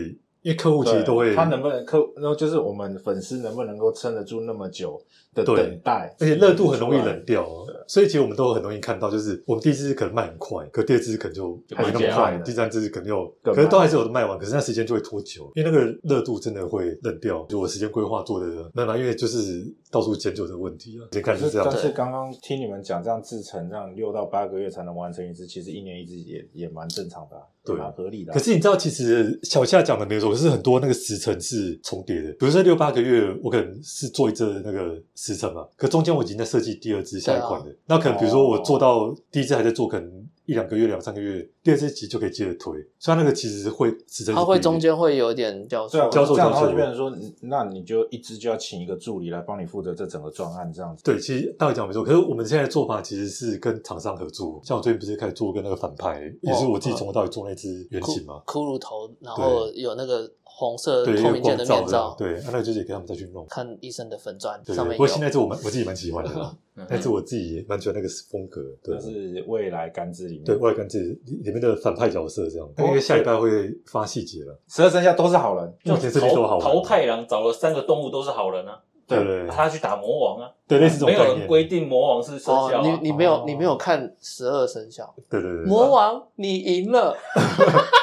因为客户其实都会，他能不能客，然后就是我们粉丝能不能够撑得住那么久的对等待，而且热度很容易冷掉啊，所以其实我们都很容易看到，就是我们第一只可能卖很快，可第二只可能就就没那卖么掉快，了第三只可能又，更可慢能都还是有的卖完，可是那时间就会拖久，因为那个热度真的会冷掉。就我时间规划做的慢慢，因为就是到处迁就的问题啊，先看可是是这样但子。是刚刚听你们讲，这样制成这样六到八个月才能完成一只，其实一年一只也也蛮正常的啊、对也蛮合理的啊、可是你知道，其实小夏讲的没有错，可是很多那个时辰是重叠的。比如说六八个月，我可能是做一只那个时辰嘛，可中间我已经在设计第二只下一啊款了。那可能比如说我哦做到第一只还在做，可能一两个月、两三个月，第二只其实就可以接着推。所以它那个其实会时辰是它会不一定中间会有点交对啊，错，教授这样的教授话就变成说，那你就一只就要请一个助理来帮你负责这整个专案这样子。对，其实大概讲没错，可是我们现在的做法其实是跟厂商合作，像我最近不是开始做跟那个反派，也哦是我嗯自己从头到尾做那只原骷型嘛，骷髅头，然后有那个红色对，透用明件光的照面的罩，，对，啊那个就是也给他们再去弄。看医生的粉砖对，上对面不有过。现在这我蛮我自己蛮喜欢的啦，嗯但是我自己也蛮喜欢那个风格，对这，是未来甘之里面，对，我也感觉里里面的反派角色这样，哦那因为下礼拜会发细节了，十二生肖都是好人，目前设计都好桃玩，桃太郎找了三个动物都是好人啊，对对对他去打魔王啊，对，类似这没种概有人念，规定魔王是生哦肖、啊，你你没有哦你没有看十二生肖，对对对，魔王你赢了，大 *laughs*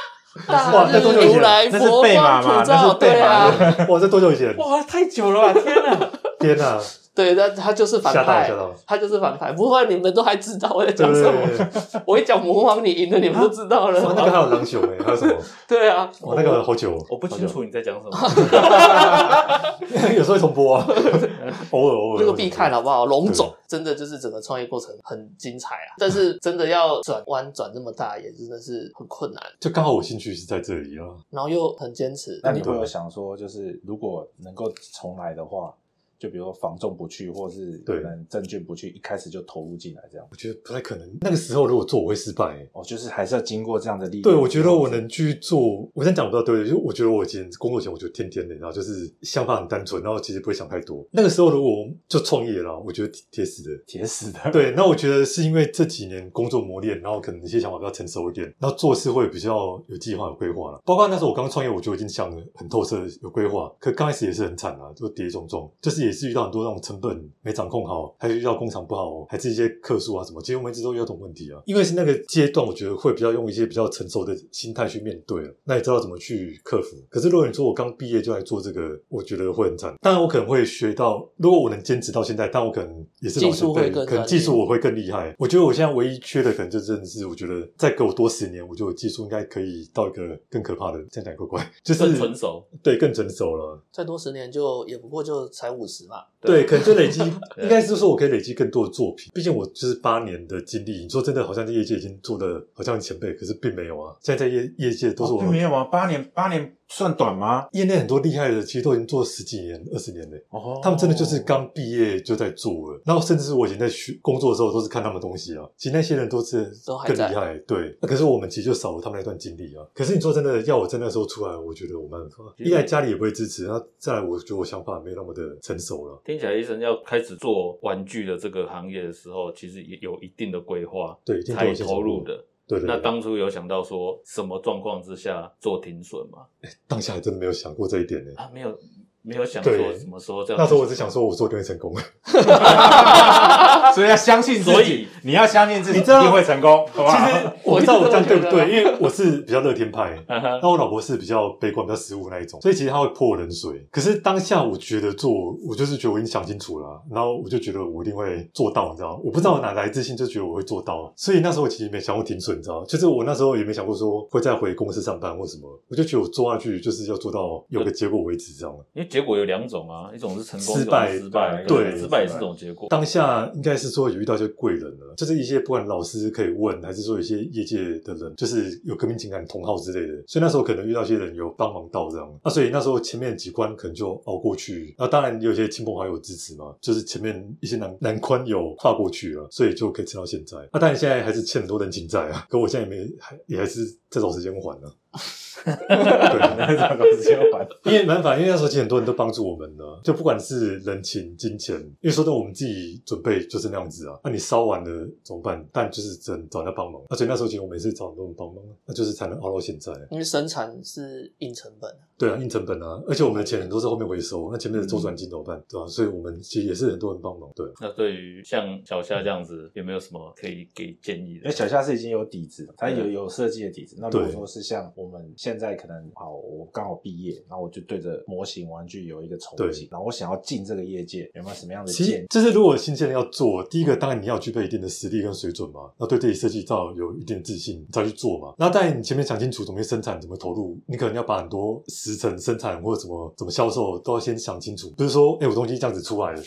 哇日那多久以前如来那是佛贝马光嘛普照，那是贝对马啊，哇，这多久 *laughs* 以前？哇，太久了吧，啊天哪！天哪，对，他他就是反吓到派吓，到，他就是反派。不过你们都还知道我在对讲对什对么，对 *laughs* 对，我一讲魔王你赢了，你们都知道哇了。那个还有狼熊哎，还有什么？对啊，哇，那个好久哦，我不清楚你在讲什么， *laughs* *laughs* 有时候会重播啊，偶尔偶尔。这个必看啊好不好？龙对总真的就是整个创业过程很精彩啊，但是真的要转弯转这么大，也真的是很困难，就刚好我兴趣是在这里啊。然后又很坚持。嗯那你会有想说，就是如果能够重来的话，就比如说房仲不去，或是可对能证券不去，一开始就投入进来这样。我觉得不太可能，那个时候如果做我会失败、欸。哦，就是还是要经过这样的历练。对，我觉得我能去做，我先讲不到对不对，就我觉得我以前工作前我就天天的，然后就是想法很单纯，然后其实不会想太多。那个时候如果就创业了，我觉得铁死的。铁死的。对，那我觉得是因为这几年工作磨练，然后可能一些想法比较成熟一点，然后做事会比较有计划、有规划了。包括那时候我刚创业，我就已经想的很透彻、有规划。可刚开始也是很惨啊，就跌重重，就是也是遇到很多那种成本没掌控好，还是遇到工厂不好，还是一些客数啊什么。其实我们一直都遇到这种问题啊，因为是那个阶段，我觉得会比较用一些比较成熟的心态去面对了。那你知道怎么去克服？可是如果你说我刚毕业就来做这个，我觉得会很惨。当然，我可能会学到，如果我能坚持到现在，但我可能也是老技术前会辈，更可能专技业术我会更厉害。我觉得我现在唯一缺的可能就真的是，我觉得再给我多十年，我觉得我技术应该可以到一个更可怕的，这样讲怪怪，就是更成熟，对，更成熟了。再多十年就也不过就才五十嘛，对，可能就累积，应该是说我可以累积更多的作品。毕竟我就是八年的经历，你说真的，好像在业界已经做的好像前辈，可是并没有啊。现在在业业界都是哦我、并没有啊，八年八年算短吗？业内很多厉害的，其实都已经做十几年、二十年嘞。哦他们真的就是刚毕业就在做了，然后甚至我以前在学工作的时候都是看他们东西啊。其实那些人都是都还更在厉害，对。那可是我们其实就少了他们那段经历啊。可是你说真的，要我在那时候出来，我觉得我没办法。一来家里也不会支持，然后再来我觉得我想法没那么的成熟了。听起来医生要开始做玩具的这个行业的时候，其实也有一定的规划对，一定都有才一些投入成果。的。对对对那当初有想到说什么状况之下做停损吗？当下还真的没有想过这一点呢、啊，没有没有想说对什么时候这样。那时候我只想说，我做一定会成功。 *laughs* 所以要相信自己，所以你要相信自己一你知道定会成功，好不好？ *laughs* *laughs* 我不知道嗯我这样对不我对，一因为我是比较乐天 *laughs* 派，哈哈，那我老婆是比较悲观、比较实务那一种，所以其实她会泼我冷水。可是当下我觉得做，我就是觉得我已经想清楚了啊、然后我就觉得我一定会做到，你知道吗？我不知道我哪来自信，就觉得我会做到。所以那时候我其实没想过停损，你知道吗？就是我那时候也没想过说会再回公司上班或什么，我就觉得我做下去就是要做到有个结果为止，这样。因为结果有两种啊，一种是成功，失败一种是失败，对失败也是一种结果。当下应该是说有遇到一些贵人了，就是一些不管老师可以问，还是说有些业界的人，就是有革命情感同好之类的，所以那时候可能遇到一些人有帮忙到这样。啊那所以那时候前面几关可能就熬过去，那当然也有一些亲朋好友支持嘛，就是前面一些难难关有跨过去了，所以就可以撑到现在。啊那当然现在还是欠很多人情债啊，可我现在也没还也还是在找时间还啊呢、那这样子先还。因为没办法，因为那时候其实很多人都帮助我们了，就不管是人情、金钱，因为说到我们自己准备就是那样子啊，那、你烧完了怎么办？但就是只能找人家帮忙，而啊且那时候其实我每次找很多人帮忙，啊那就是才能熬到现在。啊因为生产是硬成本，对啊，硬成本啊，而且我们的钱很多是后面回收，那前面的周转金怎么办？对吧、啊所以我们其实也是很多人帮忙，对啊。那对于像小夏这样子，有没有什么可以给建议因的为？小夏是已经有底子了，他有对有设计的底子。那如果对说是像我们现在可能好，我刚好毕业，然后我就对着模型玩具有一个憧对憬，然后我想要进这个业界，有没有什么样的其建实议？就是如果新鲜人要做，第一个当然你要具备一定的实力跟水准嘛，要对自己设计到有一定的自信，你再去做嘛。那但你前面想清楚怎么去生产、怎么投入，你可能要把很多时程生产或者怎么怎么销售都要先想清楚，不是说哎、诶我东西这样子出来了。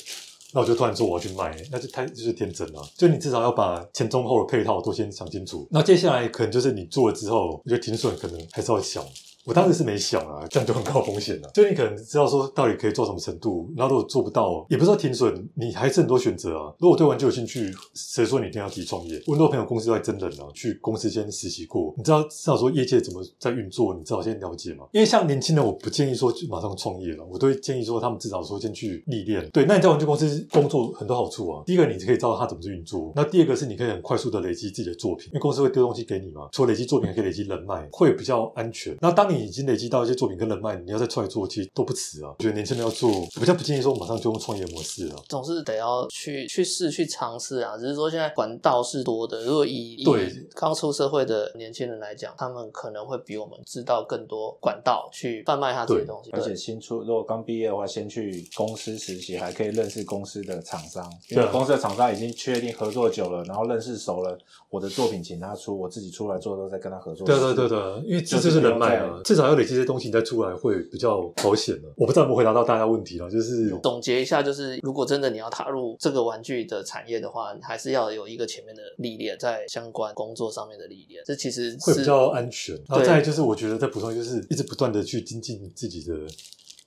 那我就突然说我要去卖，那就太就是天真了。就你至少要把前中后的配套都先想清楚。那接下来可能就是你做了之后，我觉得停损可能还是要小，我当时是没想啊，这样就很高风险了、就你可能知道说到底可以做什么程度，然后如果做不到，哦也不是说停损，你还是很多选择啊。如果对玩具有兴趣，谁说你一定要自己创业？我很多朋友公司都在真人啊，去公司先实习过，你知道至少说业界怎么在运作，你至少先了解嘛。因为像年轻人，我不建议说就马上创业了，我都会建议说他们至少说先去历练。对，那你在玩具公司工作很多好处啊，第一个你可以知道它怎么去运作，那第二个是你可以很快速的累积自己的作品，因为公司会丢东西给你嘛，除了累积作品，还可以累积人脉，会比较安全。那当你已经累积到一些作品跟人脉，你要再出来做，其实都不迟啊。我觉得年轻人要做，我比较不建议说马上就用创业模式啊。总是得要去去试去尝试啊。只是说现在管道是多的，如果以以对刚出社会的年轻人来讲，他们可能会比我们知道更多管道去贩卖他自己的东西。而且对新出，如果刚毕业的话，先去公司实习，还可以认识公司的厂商，因对为啊公司的厂商已经确定合作久了，然后认识熟了，我的作品请他出，我自己出来做都在跟他合作。对啊对啊对啊对啊，因为这就是人脉啊，至少要累积这些东西，你再出来会比较保险的、我不知道有没有回答到大家问题了，就是总结一下，就是如果真的你要踏入这个玩具的产业的话，你还是要有一个前面的历练，在相关工作上面的历练。这其实会是比较安全。然后再来就是，我觉得再补充一个就是一直不断的去精进自己的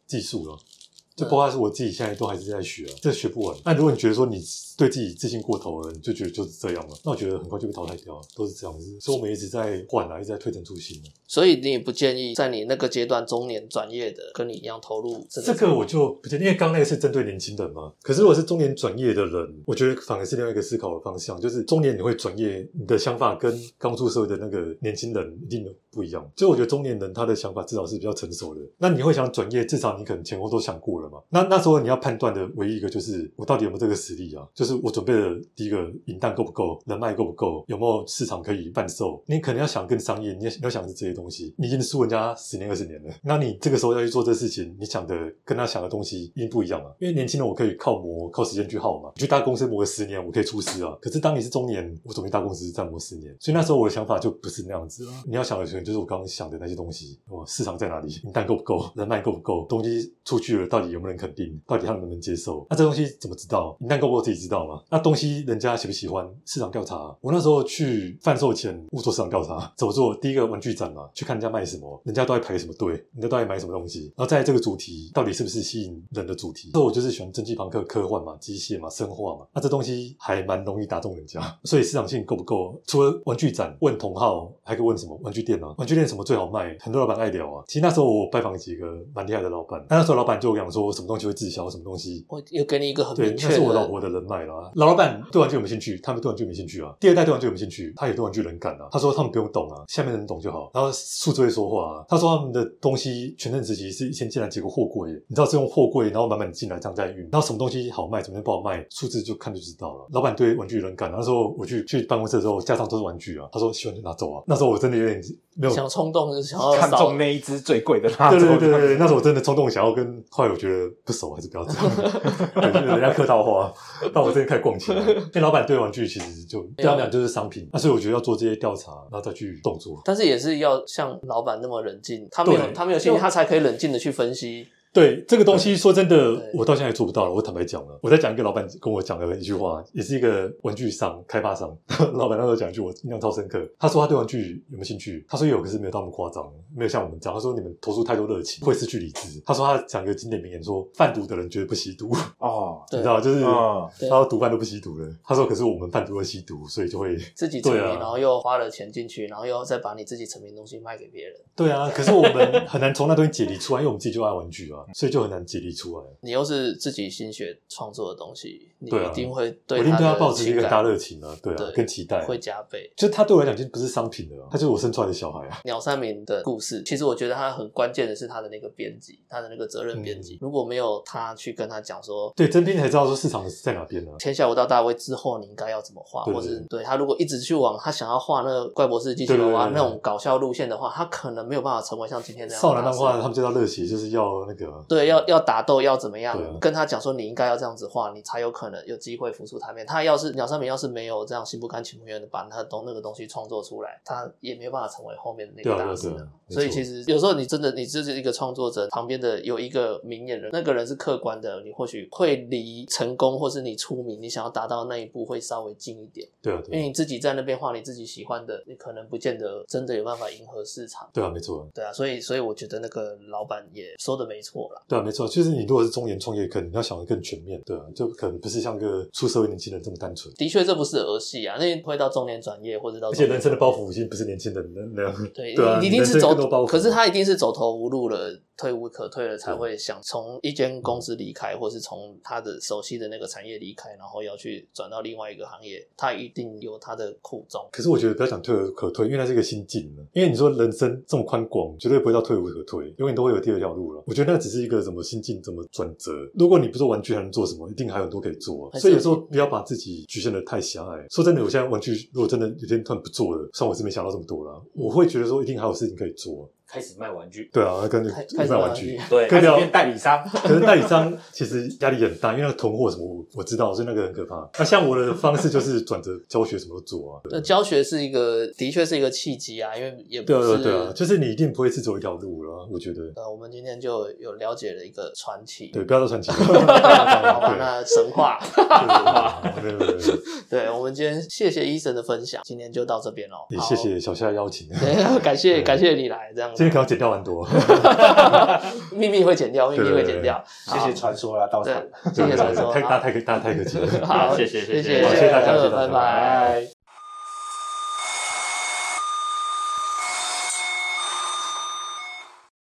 技术了。就包括是我自己现在都还是在学啊，这学不完。那如果你觉得说你对自己自信过头了，你就觉得就是这样了，那我觉得很快就被淘汰掉了，都是这样子。所以我们一直在换啊，一直在推陈出新啊。所以你也不建议在你那个阶段中年转业的跟你一样投入这这个个我就不建议，因为刚刚那个是针对年轻人嘛。可是如果是中年转业的人，我觉得反而是另外一个思考的方向，就是中年你会转业，你的想法跟刚出社会的那个年轻人一定不一样。就我觉得中年人他的想法至少是比较成熟的。那你会想转业，至少你可能前后都想过了嘛。那那时候你要判断的唯一一个就是我到底有没有这个实力啊？就是我准备的第一个银弹够不够，人脉够不够，有没有市场可以贩售？你可能要想更商业，你要你要想的是这些东西，你已经输人家十年二十年了。那你这个时候要去做这事情，你想的跟他想的东西一定不一样啊。因为年轻人我可以靠磨，靠时间去耗嘛。你去大公司磨个十年，我可以出师啊。可是当你是中年，我准备大公司再磨十年，所以那时候我的想法就不是那样子了。啊你要想的可能就是我刚刚想的那些东西，哦，市场在哪里，你蛋够不够，人脉够不够，东西出去了到底有没有人肯定，到底他们能不能接受？那这东西怎么知道？你蛋够不够自己知道吗？那东西人家喜不喜欢？市场调查，我那时候去贩售前，我做市场调查， *laughs* 怎么做？第一个玩具展嘛，去看人家卖什么，人家都在排什么队，人家都在买什么东西，然后再来这个主题到底是不是吸引人的主题？所以我就是喜欢蒸汽朋克、科幻嘛、机械嘛、生化嘛，那啊这东西还蛮容易打动人家， *laughs* 所以市场性够不够？除了玩具展，问同好，还可以问什么玩具店啊？玩具店什么最好卖？很多老板爱聊啊。其实那时候我拜访几个蛮厉害的老板，那那时候老板就跟我讲说什么东西会滞销，什么东西我又给你一个很对，明那确是我老的，婆的人脉啦。老老板对玩具有没有兴趣？他们对玩具有没有兴趣啊？第二代对玩具有没有兴趣？他也对玩具冷感啊。他说他们不用懂啊，下面的人懂就好。然后数字会说话啊。他说他们的东西全盛时期是先进来几个货柜，你知道是用货柜，然后慢慢进来这样再运。然后什么东西好卖，什么东西不好卖，数字就看就知道了。老板对玩具冷感，那时候我去去办公室的时候，架上都是玩具啊。他说喜欢就拿走啊。那时候我真的有点没有想冲动就是想要看少中那一只最贵的蜡烛，对对对对对，那时啊候我真的冲动想要跟，后来我觉得不熟，还是不要这 *laughs* 样，对就是人家客套话。但我真的开始逛 *laughs* 起来，因为老板对玩具其实就对他啊们讲就是商品，那所以我觉得要做这些调查，然后再去动作。但是也是要像老板那么冷静，他没有对他没有兴趣，就他才可以冷静的去分析对这个东西，说真的对，我到现在也做不到了。我坦白讲了，我在讲一个老板跟我讲的一句话，也是一个玩具商开发商 *laughs* 老板那时候讲一句，我印象超深刻。他说他对玩具有没有兴趣？他说有，可是没有他们夸张，没有像我们这样。他说你们投入太多热情，会失去理智。他说他讲一个经典名言说，贩毒的人绝对不吸毒， *laughs* 哦，你对知道，就是。嗯，对他说毒贩都不吸毒了，他说可是我们贩毒会吸毒，所以就会自己成对名，啊然后又花了钱进去，然后又再把你自己成名的东西卖给别人， *laughs* 对啊，可是我们很难从那东西解离出来，因为我们自己就爱玩具啊，所以就很难解离出来。你又是自己心血创作的东西，你对啊一定会我对一定对他抱的持一情个很大感热情啊，对啊对，跟期待啊、会加倍。就他对我来讲，已经不是商品了啊，他就是我生出来的小孩啊。鸟山明的故事，其实我觉得他很关键的是他的那个编辑，他的那个责任编嗯辑。如果没有他去跟他讲说，对，真拼才知道说市场是在哪边呢、啊。天下无道大卫之后你应该要怎么画，对或是对他如果一直去往他想要画那个怪博士机器对人对娃对对那种搞笑路线的话，他可能没有办法成为像今天这样的少男大漫师画他们就要热血，就是要那个对，要要打斗，要怎么样？对啊跟他讲说你应该要这样子画，你才有可能有机会浮出台面。他要是鸟山明要是没有这样心不甘情不愿的把他的东那个东西创作出来，他也没有办法成为后面的那对啊个对啊大师对的啊。没所以错其实有时候你真的你就是一个创作者，旁边的有一个明眼人，那个人是客观的，你或许会离成功或是你出名，你想要达到那一步会稍微近一点，对啊因对啊为你自己在那边画你自己喜欢的，你可能不见得真的有办法迎合市场。对啊，没错，对啊，所以所以我觉得那个老板也说的没错啦。对啊没错，就是你如果是中年创业，可能你要想的更全面，对啊，就可能不是像个出社会年轻人这么单纯，的确，这不是儿戏啊，那会到中年转业或者到而中且年人生的包袱已经不是年轻人能能对，对啊，一定人是生走更多包袱，啊可是他一定是走投无路了，退无可退了，才会想从一间公司离开，或是从他的熟悉的那个产业离开，然后要去转到另外一个行业，他一定有他的苦衷。可是我觉得不要讲退而可退，因为那是一个心境了。因为你说人生这么宽广，绝对不会到退无可退，永远都会有第二条路了。我觉得那只是一个怎么心境怎么转折。如果你不做玩具，还能做什么？一定还有很多可以做、啊。还是所以有时候不要把自己局限的太狭隘。说真的，我现在玩具如果真的有一天突然不做了，虽然我是没想到这么多啦，嗯我会觉得说一定还有事情可以做啊、开始卖玩具，对啊，跟开开始卖玩玩具具。对，可开以始聊变代理商， *laughs* 可是代理商其实压力很大，因为那个囤货什么我我知道，所以那个很可怕。那、像我的方式就是转折教学什么都做啊。对那教学是一个，的确是一个契机啊，因为也不对啊，对是啊，对啊，就是你一定不会是走一条路了，我觉得。呃，我们今天就有了解了一个传奇，对，不要再传奇 *laughs* 了。 *laughs* 好吧，对那神话。对对对对对，对，我们今天谢谢医生的分享，今天就到这边喽。也好谢谢小夏的邀请。 *laughs* 今对， *laughs* 感谢感谢你来，这样子天可能要剪掉蛮多。秘密会剪掉，秘密会剪掉。谢谢传说啦，到场 *laughs* 对。，谢谢传说。太大好太客大家太客气了。好，谢谢谢谢谢谢谢谢大家谢谢拜大家拜。